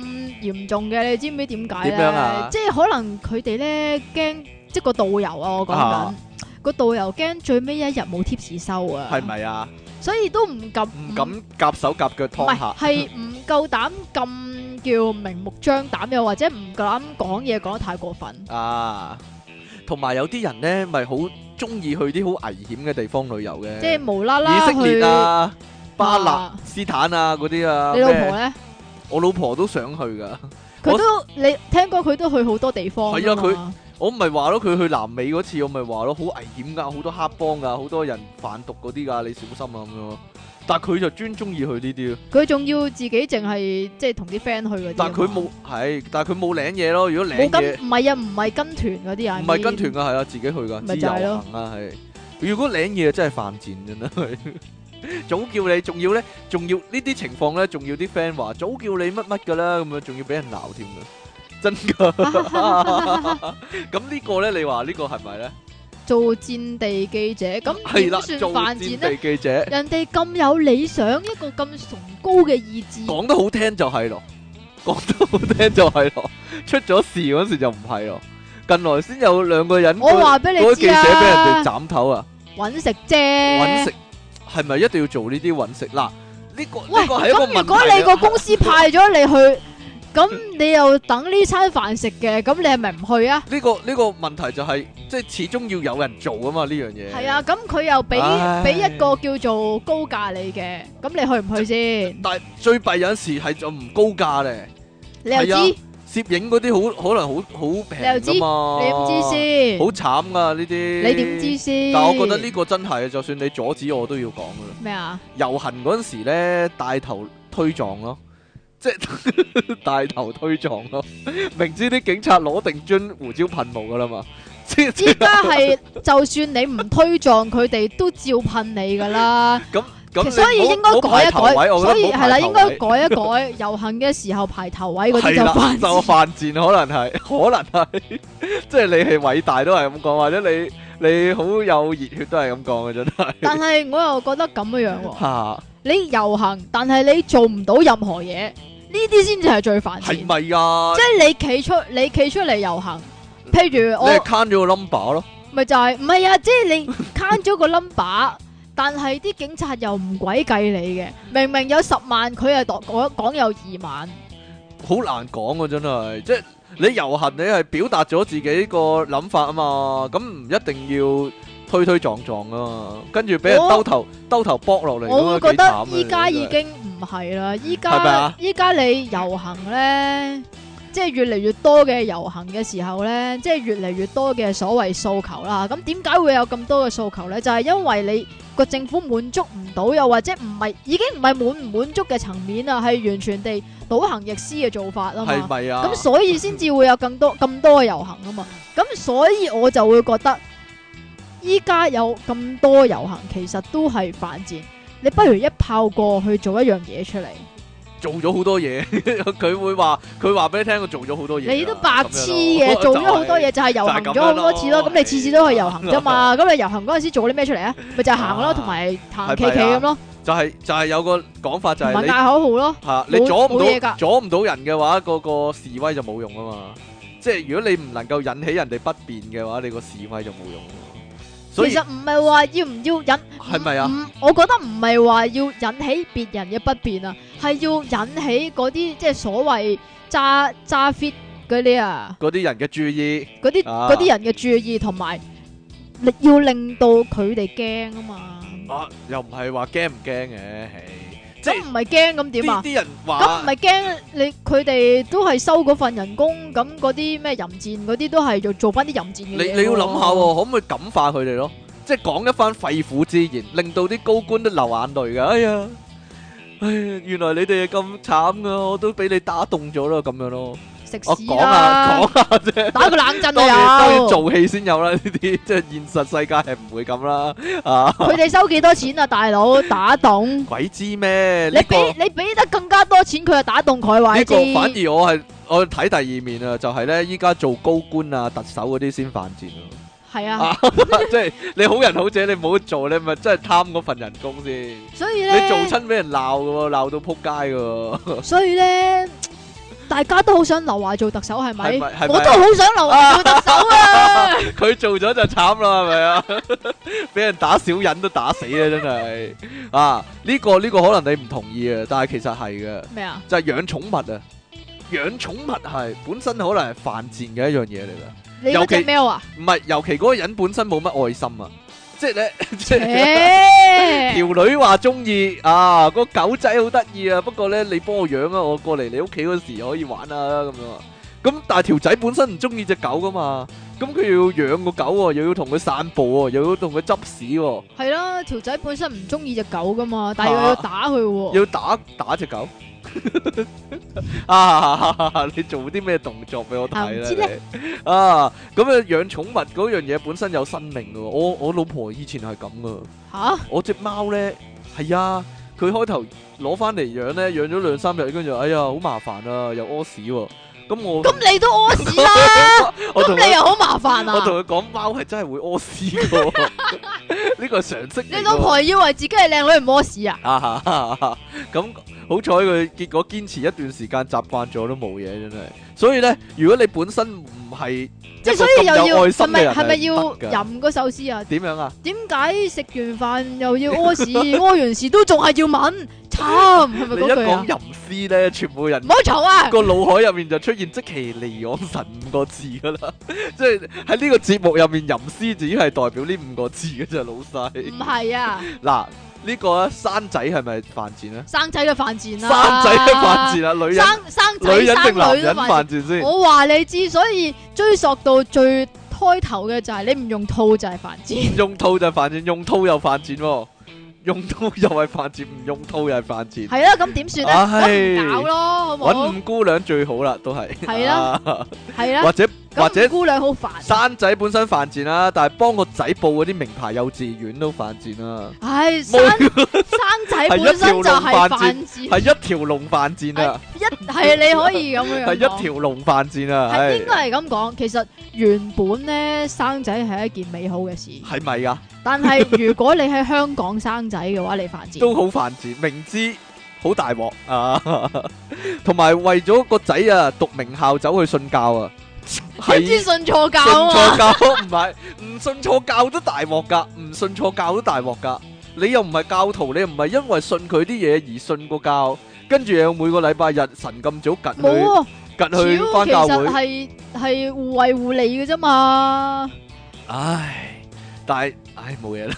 嚴重嘅，你知唔知點解點咧？樣啊即係可能佢哋咧驚，即係個導遊啊！我講緊啊個導遊驚最尾一日冇 tips 收啊，係？咪啊？所以都唔敢唔敢夾手夾腳唔劏係客，係唔夠膽咁叫明目張膽，又或者唔夠膽講嘢講得太過分。啊，同埋有啲人咧，咪好中意去啲好危險嘅地方旅遊嘅，即係無啦啦以色列去。啊、巴勒啊斯坦啊嗰啲啊，你老咩婆咧，我老婆都想去噶。佢我都你聽講佢都去好多地方㗎係啊佢嘛。我咪話咯，佢去南美嗰次，我咪話咯，好危險噶，好多黑幫噶，好多人販毒嗰啲噶，你小心啊咁樣咯。但佢就專中意去呢啲咯，佢仲要自己淨係即係同啲 friend 去嗰啲啊嘛。但佢冇係，但佢冇領嘢咯。如果領冇嘢跟，唔係啊，唔係跟團嗰啲啊，唔係跟團噶，係啊，自己去噶，自咪由就係咯行啊，係。如果領嘢真係 犯賤真係，早叫你，仲要咧，仲要呢啲情況咧，仲要啲 friend 話早叫你乜乜噶啦，咁樣仲要俾人鬧添噶，真 噶。咁呢個咧，你話呢個係咪咧？做戰地記者，咁係啦，點做算犯戰賤呢？地記者。人哋咁有理想，一個咁崇高嘅意志，講得好聽就係咯，講得好聽就係咯，出咗事嗰時就唔係咯。近來先有兩個人，我話俾嗰個你記知者俾人哋啊，斬頭啊！揾食揾啫。食係咪一定要做呢啲揾食？嗱，呢個喂，呢個係一個咁如果問你題啊個公司派咗你去，咁你又等呢餐飯食嘅，咁你係咪唔去啊？呢個呢個問題就係即係始終要有人做啊嘛呢樣嘢。係啊，，咁佢又俾唉俾一個叫做高價你嘅，咁你去唔去先？但係最弊有陣時係就唔高價咧，你又係啊知，攝影嗰啲好可能好好你又平知噶嘛。你唔知先，好慘噶呢啲。你點知？先？但我覺得呢個真係，就算你阻止我都要講噶啦。咩啊？遊行嗰陣時咧，帶頭推撞咯，即係 帶頭推撞咯。明知啲警察攞定樽胡椒噴霧噶啦嘛，即係依家係就算你唔推撞佢哋，都照噴你噶啦。咁，所以應該改一改，所以係係啦，應該改一改。遊行嘅時候排頭位嗰啲 就犯就賤。犯賤，可能係， 可能係，即係你係偉大都係咁講，或者你你好有熱血都係咁講嘅，真係但係我又覺得咁樣樣喎，嚇你遊行，但係你做唔到任何嘢，呢啲先至係最犯係賤。咪啊即？係你企出，你企出嚟遊行，譬如你係我慳咗個 number 咯。咪就係唔係啊？即係你慳咗個 number。但係啲警察又唔鬼計你嘅，明明有十萬，佢又講講有二萬，好難講啊，真係，即係你遊行，你係表達咗自己個諗法啊嘛，咁唔一定要推推撞撞啊嘛，跟住俾人我兜頭兜頭剝落嚟，啊我會會覺得依家已經唔係啦，依係咪家啊依家你遊行咧，即係越嚟越多嘅遊行嘅時候咧，即係越嚟越多嘅所謂訴求啦。咁點解會有咁多嘅訴求咧？就係、因為你個政府滿足唔到，又或者唔係已經唔係滿唔滿足嘅層面啊，係完全地倒行逆施嘅做法啊係嘛。咪啊？咁所以先至會有更多咁多嘅遊行啊嘛。咁所以我就會覺得依家有咁多遊行，其實都係犯賤。你不如一炮過去做一樣嘢出嚟，做咗好多嘢， 佢會話佢話俾你聽，我做咗好多嘢啊。你都白痴咁樣嘅，咯 做咗好多嘢，就係遊行咗好多次就係咁樣咯。咯咁你次次都去遊行啫嘛，咁你遊行嗰陣時做啲咩出 嚟啊？咪就係行咯，同埋行企企咁咯，就係就係有個講法啊就同係埋你嗌口號咯。嚇你冇阻唔冇嘢到㗎阻唔到人嘅話，個個示威就冇用啊嘛。即係如果你唔能夠引起人哋不便嘅話，你個示威就冇用啊嘛。所以其實唔係話要唔要引，係咪啊唔？唔我覺得唔係話要引起別人嘅不便啊，係要引起嗰啲即係所謂揸揸 fit 嗰啲啊，嗰啲人嘅注意嗰啲啊嗰啲人嘅注意，同埋你要令到佢哋驚啊嘛。啊，又唔係話驚唔驚嘅，唉即係咁唔係驚咁點啲啊？啲人咁唔話係驚你佢哋都係收嗰份人工，咁嗰啲咩淫賤嗰啲都係做做翻啲淫賤你嘅嘢。你要諗下喎，，可唔可以感化佢哋咯？即係講一番肺腑之言，令到啲高官都流眼淚㗎。哎呀，哎呀，原來你哋係咁慘噶，我都俾你打動咗啦，咁樣咯。食我屎講下啦！講下啫。打個冷 震當然當啊然有。做戲先有啦，呢啲即係現實世界係唔會咁啦。啊，佢哋收幾多錢啊，大佬打動鬼知咩？你呢個俾你俾得更加多錢，佢就打動佢話呢你知個。反而我係我睇第二面啊，就係咧依家做高官啊、特首嗰啲先犯賤咯。係啊，啊，即係你好人好者，你唔好做，你咪真係貪嗰份人工先。所以你做咧，親俾人鬧嘅喎，鬧到撲街嘅喎， 所以咧，大家都好想劉華做特首，係係咪？咪？係我咪都啊？好想劉華做特 首啊！佢做咗就慘啦，係咪啊？ 俾人打小人都打死啦，真係啊！呢個呢個可能你唔同意啊，但係其實係嘅，咩啊？就係養寵物啊。養寵物係本身可能係犯賤嘅一樣嘢嚟嘅，你尤嗰其只 喵啊？唔係，尤其嗰個人本身冇乜愛心啊，即係咧，即係切條女話中意啊，個狗仔好得意啊，不過咧你幫我養啊，我過嚟你屋企嗰時可以玩啊咁樣啊。咁但係條仔本身唔中意只狗噶嘛，咁佢要養個狗喎，又要同佢散步喎，又要同佢執屎喎，係啦，條仔本身唔中意只狗噶嘛，但係又要打佢喎。啊要打打只狗。啊！你做啲咩動作俾我啊唔睇知咧？你啊，咁啊養寵物嗰樣嘢本身有生命嘅喎，我我老婆以前係咁噶。吓，我只貓咧，係啊，佢開頭攞翻嚟養咧，養咗兩三日，跟住哎呀好麻煩啊，又屙屎喎。咁我咁你都屙屎啦， 我同咁你佢又好麻煩我同佢啊！講貓係真係會屙屎 嘅喎，呢個係常識嚟你嘅喎。老婆以為自己係靚女唔屙屎啊？啊哈哈哈咁好彩佢結果堅持一段時間習慣咗都冇嘢真係，所以咧如果你本身唔係即係一個所以咁又有要愛心嘅係咪人係係咪唔得㗎要吟個壽司啊？點樣啊？點解食完飯又要 屙屎，屙完屎都仲係要吻？慘係你咪一嗰句啊講？吟詩咧，全部人唔好嘈 啊！個腦海入面就出現即其離岸神五個字噶啦， 即係喺呢個節目入面吟詩只係代表呢五個字嘅啫，老細。唔係啊，嗱，呢個啊生仔係咪犯賤咧？生仔嘅犯賤生啦，仔都犯賤啊，女人生生仔女人生定男女都人犯賤。犯賤先？我話你知，所以追溯到最開頭嘅就係你唔用套就係犯賤，用套就犯賤，用套又犯賤喎，用套又係犯賤，唔用套又係犯賤。係啦，咁點算咧？唉咁唔搞咯，好揾冇五？姑娘最好啦，都係。係啦啊，係啦或，者或咁者五姑娘好煩。生仔本身犯賤啦，但係幫個仔報嗰啲名牌幼稚園都犯賤啦。唉，生冇生仔本身就係犯 係賤，一條龍犯賤啊！一係你可以咁樣係講一條龍犯賤啊！係係應該係咁講，其實原本咧生仔係一件美好 嘅事，係咪啊？但係如果你喺香港生仔嘅話，你犯賤。都好犯賤，明知好大鑊啊！ 同埋為咗個仔啊，讀名校走去信教 啊，你知係信錯教信啊錯嘛？教唔係唔信錯教都大鑊噶，唔信錯教都大鑊噶。你又唔係教徒，你又唔係因為信佢啲嘢而信個教，跟住又每個禮拜日神咁早趌去冇啊，屌，趌其去翻教會實。係係互惠互利嘅啫嘛。唉，但係唉冇嘢啦，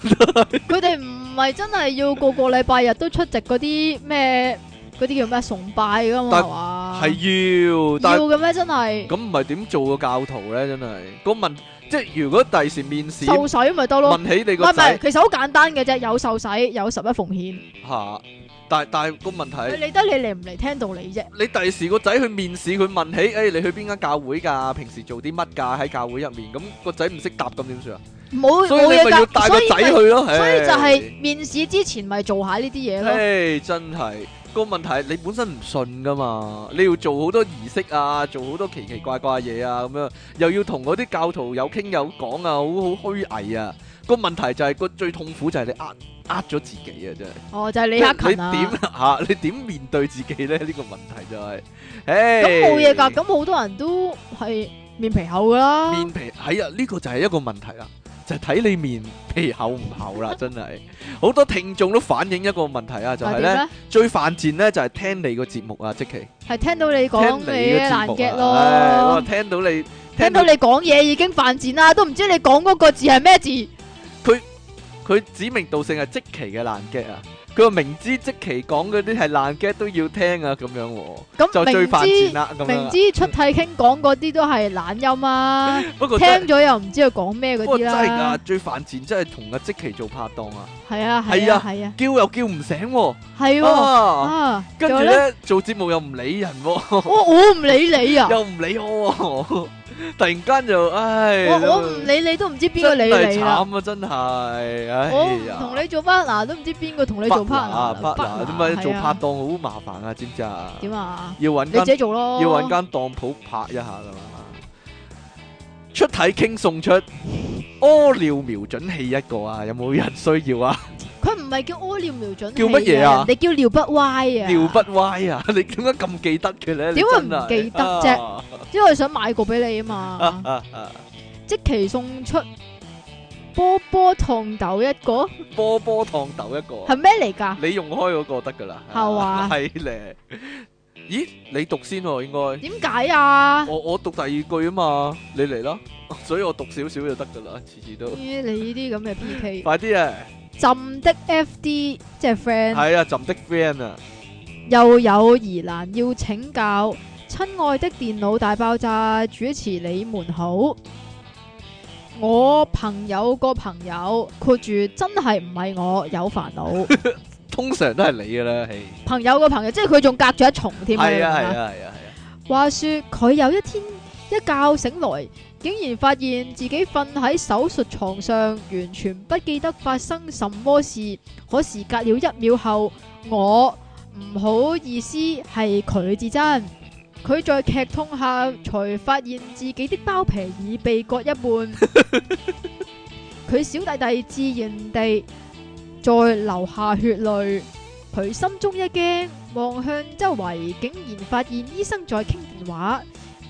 佢哋唔係真係要個個禮拜日都出席嗰啲咩嗰啲叫咩崇拜噶嘛？但係嘛？係要，但要係嘅咩？真係咁唔係點做個教徒咧？真係個問，即係如果第時面試受洗咪得咯。問起你唔係個唔係，仔其實好簡單嘅啫，有受洗，有十一奉獻，吓，但係但係個問佢題，理得你嚟唔嚟聽道理啫。你第時個仔去面試，佢問起，哎誒你去邊間教會㗎？平時做啲乜㗎？喺教會入面，咁個仔唔識答咁點算啊？冇所以冇你咪要嘢帶㗎，個所以仔咪去咯。所以就係，係面試之前咪做下呢啲嘢咯。誒真係個問題，你本身唔信㗎嘛，你要做好多儀式啊，做好多奇奇怪怪嘢啊，咁樣又要同嗰啲教徒有傾有講啊，好好虛偽啊。個問題就係個最痛苦就係你呃呃咗自己啊，真係。哦，就係李克勤你啊。點 吓？你點面對自己咧？呢個問題就係，唉，咁冇嘢㗎，咁好多人都係面皮厚㗎啦。面皮係啊，呢個就係一個問題啦，就係睇你面皮厚唔厚啦，真係好多聽眾都反映一個問題啊，就係係點咧咧？最犯賤咧就係聽你個節目啊，即期係聽到你講聽你你嘅節難目 get 啊，唉我咯。聽到你聽到你講嘢已經犯賤啦，都唔知你講嗰個字係咩字。佢指名道姓係即期嘅爛 get 啊，佢話明知即期講嗰啲係爛 get 都要聽啊，咁樣喎就咁最明犯賤知啦，咁樣明啊。知出體傾講嗰啲都係懶 音啊，不過聽真係咗又唔知佢講咩嗰不過啲真係㗎啦。，最犯賤真係同阿即期做拍檔啊！係啊係係啊啊係啊叫又叫唔醒喎，係喎啊，啊！跟住仲有呢，咧做節目又唔理人喎， 我我唔理你啊！又唔理我喎，突然間就唉，我我唔理你都唔知邊個理真係你啦。慘啊，真係，我唉唔呀，同你做 partner 都唔知邊個同你做 partner。 partner，partner，點啊解做係拍啊檔好麻煩啊？知唔知啊？點啊？要揾你自間己做咯。要揾間當鋪拍一下噶嘛，出體傾送出屙尿瞄準器一個啊！有冇人需要啊？佢唔係叫屙尿瞄準器啊，叫乜嘢啊你叫尿不歪啊？尿不歪啊！ 你點解咁記得嘅咧？你點會真係唔記得啫啊因為想買個俾你啊嘛。即期送出波波燙豆一個，波波燙豆一個，係咩嚟㗎？你用開嗰個得噶啦，係嘛啊係咧。咦，你讀先喎，應該。點解啊？我我讀第二句啊嘛，你嚟啦，所以我讀少少就得噶啦，次次都。咦你呢啲咁嘅 P K，快啲啊！朕的 F D 即係 friend，係啊，朕的 friend 啊，又有疑難要請教。親愛的電腦大爆炸主持你們好，我朋友個朋友括住真係唔係我有煩 惱，通常都係你噶啦，係。朋友個朋友即係佢仲隔咗一重添係啊，你明唔係明啊，係啊，係啊。話說佢有一天一覺醒來，竟然發現自己瞓喺手術床上，完全不記得發生什麼事。可是隔了一秒後，我唔好意思係佢至真。佢在劇痛下才發現自己的包皮已被割一半。佢小弟弟自然地在流下血淚。佢心中一驚，望向周圍，竟然發現醫生在傾電話，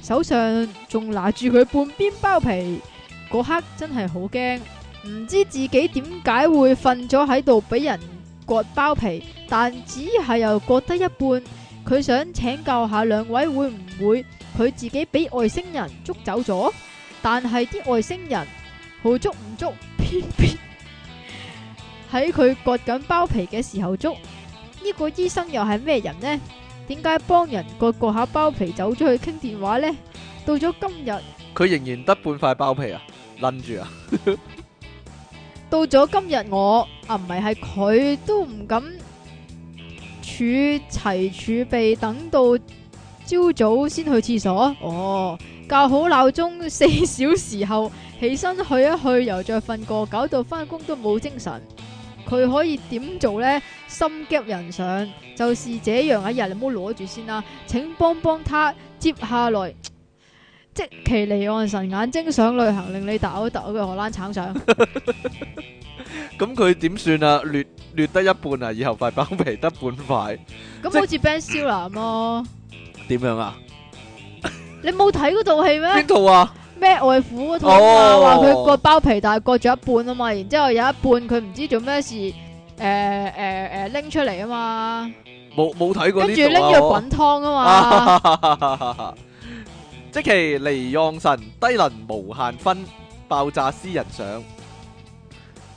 手上仲拿住佢半邊包皮。嗰刻真係好驚，唔知自己點解會瞓咗喺度俾人割包皮，但只係又割得一半。佢想請教下兩位會唔會佢自己俾外星人捉走咗？但係啲外星人好捉唔捉，偏偏喺佢割緊包皮嘅時候捉。呢個醫生又係咩人呢？點解幫人割割下包皮走咗去傾電話呢？到咗今日，佢仍然得半塊包皮啊，攆住啊，到咗今日我啊唔係係佢都唔敢儲齊儲備，等到朝早先去廁所。哦，校好鬧鐘四小時後起身去一去，又再瞓過，搞到翻工都冇精神。佢可以點做呢？心急人上，就是這樣啊！日你唔好攞住先啦，請幫幫他。接下來，即其離岸神眼睛想旅行，令你大嘔特嘔嘅荷蘭橙上。咁佢點算啊？劣劣得一半啊，以後塊包皮得半塊，咁即好似 Ben Stiller 咁咯，點樣啊？你冇睇嗰套戲邊咩？套啊？咩外父嗰套啊嘛，哦話佢割包皮，但係割咗一半啊嘛，然之後有一半佢唔知做咩事，誒誒誒拎出嚟啊嘛，冇冇睇過跟呢住套啊拎咗去我滾湯 啊嘛，啊！ 即其尼讓神低能無限分，爆炸私人相，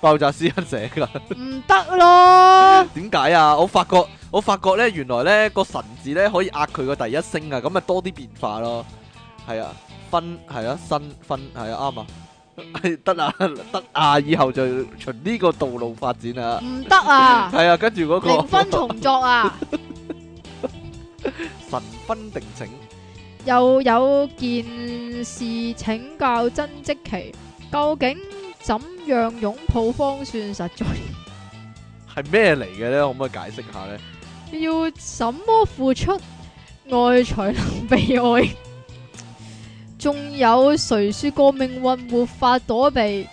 爆炸私人寫噶。唔得咯，點解啊？我發覺我發覺咧，原來咧個神字咧可以壓佢個第一聲啊，咁咪多啲變化咯。係啊，分係啊，新分係啊， 啱啊，係得啊 得啊，以後就循呢個道路發展啊。唔得啊，係啊，跟住 嗰零個分重作啊！ 神分定整，又有件事請教曾積奇，究竟怎樣擁抱方算實在？係咩嚟嘅咧？可唔可以解釋下咧？要什麼付出愛才能被愛？仲有誰說過命運沒法躲避？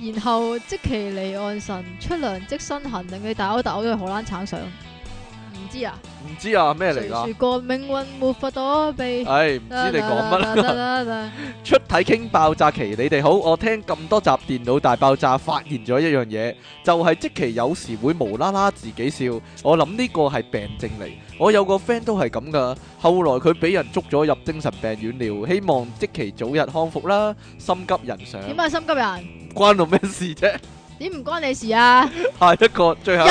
然後即其離岸神出糧即身痕，令你大口大口都去荷蘭橙上。唔知啊？唔知啊，咩嚟誰㗎說？過命運沒法躲避？唉，唔知你講乜啦。 啦。出體傾爆炸期，你哋好。我聽咁多集《電腦大爆炸》，發現咗一樣嘢，就係即期有時會無啦啦自己笑。我諗呢個係病症嚟。我有個 friend 都係咁噶，後來佢俾人捉咗入精神病院了。希望即期早日康復啦，心急人上。點啊，心急人？關我咩事啫？點唔關你事 啊？下一個最後又一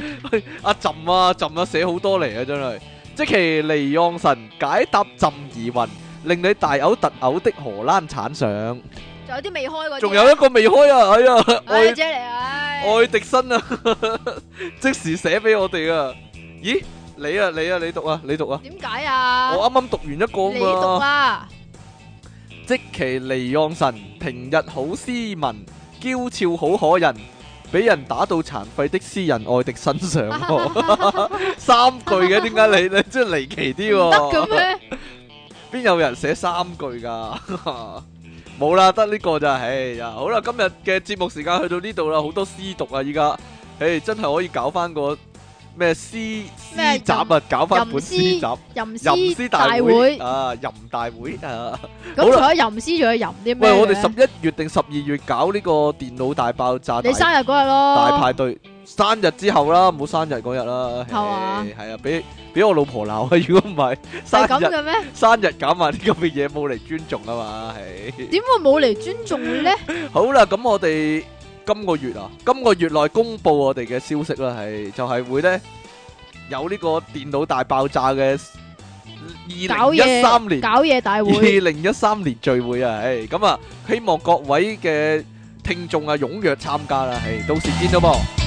個係阿朕啊，朕啊，寫好多嚟啊，真係。即其離讓神解答朕疑雲，令你大嘔特嘔的荷蘭產上。仲有啲未開嗰啲。仲有一個未開啊，哎呀，唉愛姐嚟唉。愛迪生啊， 即時寫俾我哋啊。咦，你啊，你啊，你讀啊，你讀啊。點解啊？我啱啱讀完一你個啊讀嘛。啦。即其離讓神，平日好斯文，嬌俏好可人，俾人打到殘廢的詩人愛迪生上 喎。三句嘅，點解你你真係離奇啲唔喎？得嘅咩？邊有人寫三句噶？ 冇啦，得呢個咋？唉呀，好啦，今日嘅節目時間去到呢度啦，好多詩讀啊，依家，唉，真係可以搞翻個咩詩詩咩集啊，搞翻本詩集，吟吟詩詩大大會會啊，吟大會啊。咁好除啦咗吟詩，仲有吟啲咩？喂，我哋十一月定十二月搞呢個電腦大爆炸大你生日嗰日咯。大派對，生日之後啦，唔好生日嗰日啦。係嘛唉係啊，俾俾我老婆鬧啊！如果唔係，生係咁日嘅咩？生日搞埋啲咁嘅嘢，冇嚟尊重啊嘛。係點會冇嚟尊重 咧？好啦，咁我哋今個月啊，今個月內公佈我哋嘅消息啦，係就係會咧有呢個電腦大爆炸嘅二搞零一嘢三年。搞嘢大二會零一三年聚會啊，唉，咁啊，希望各位嘅聽眾啊踴躍參加啦，唉，到時見到噃。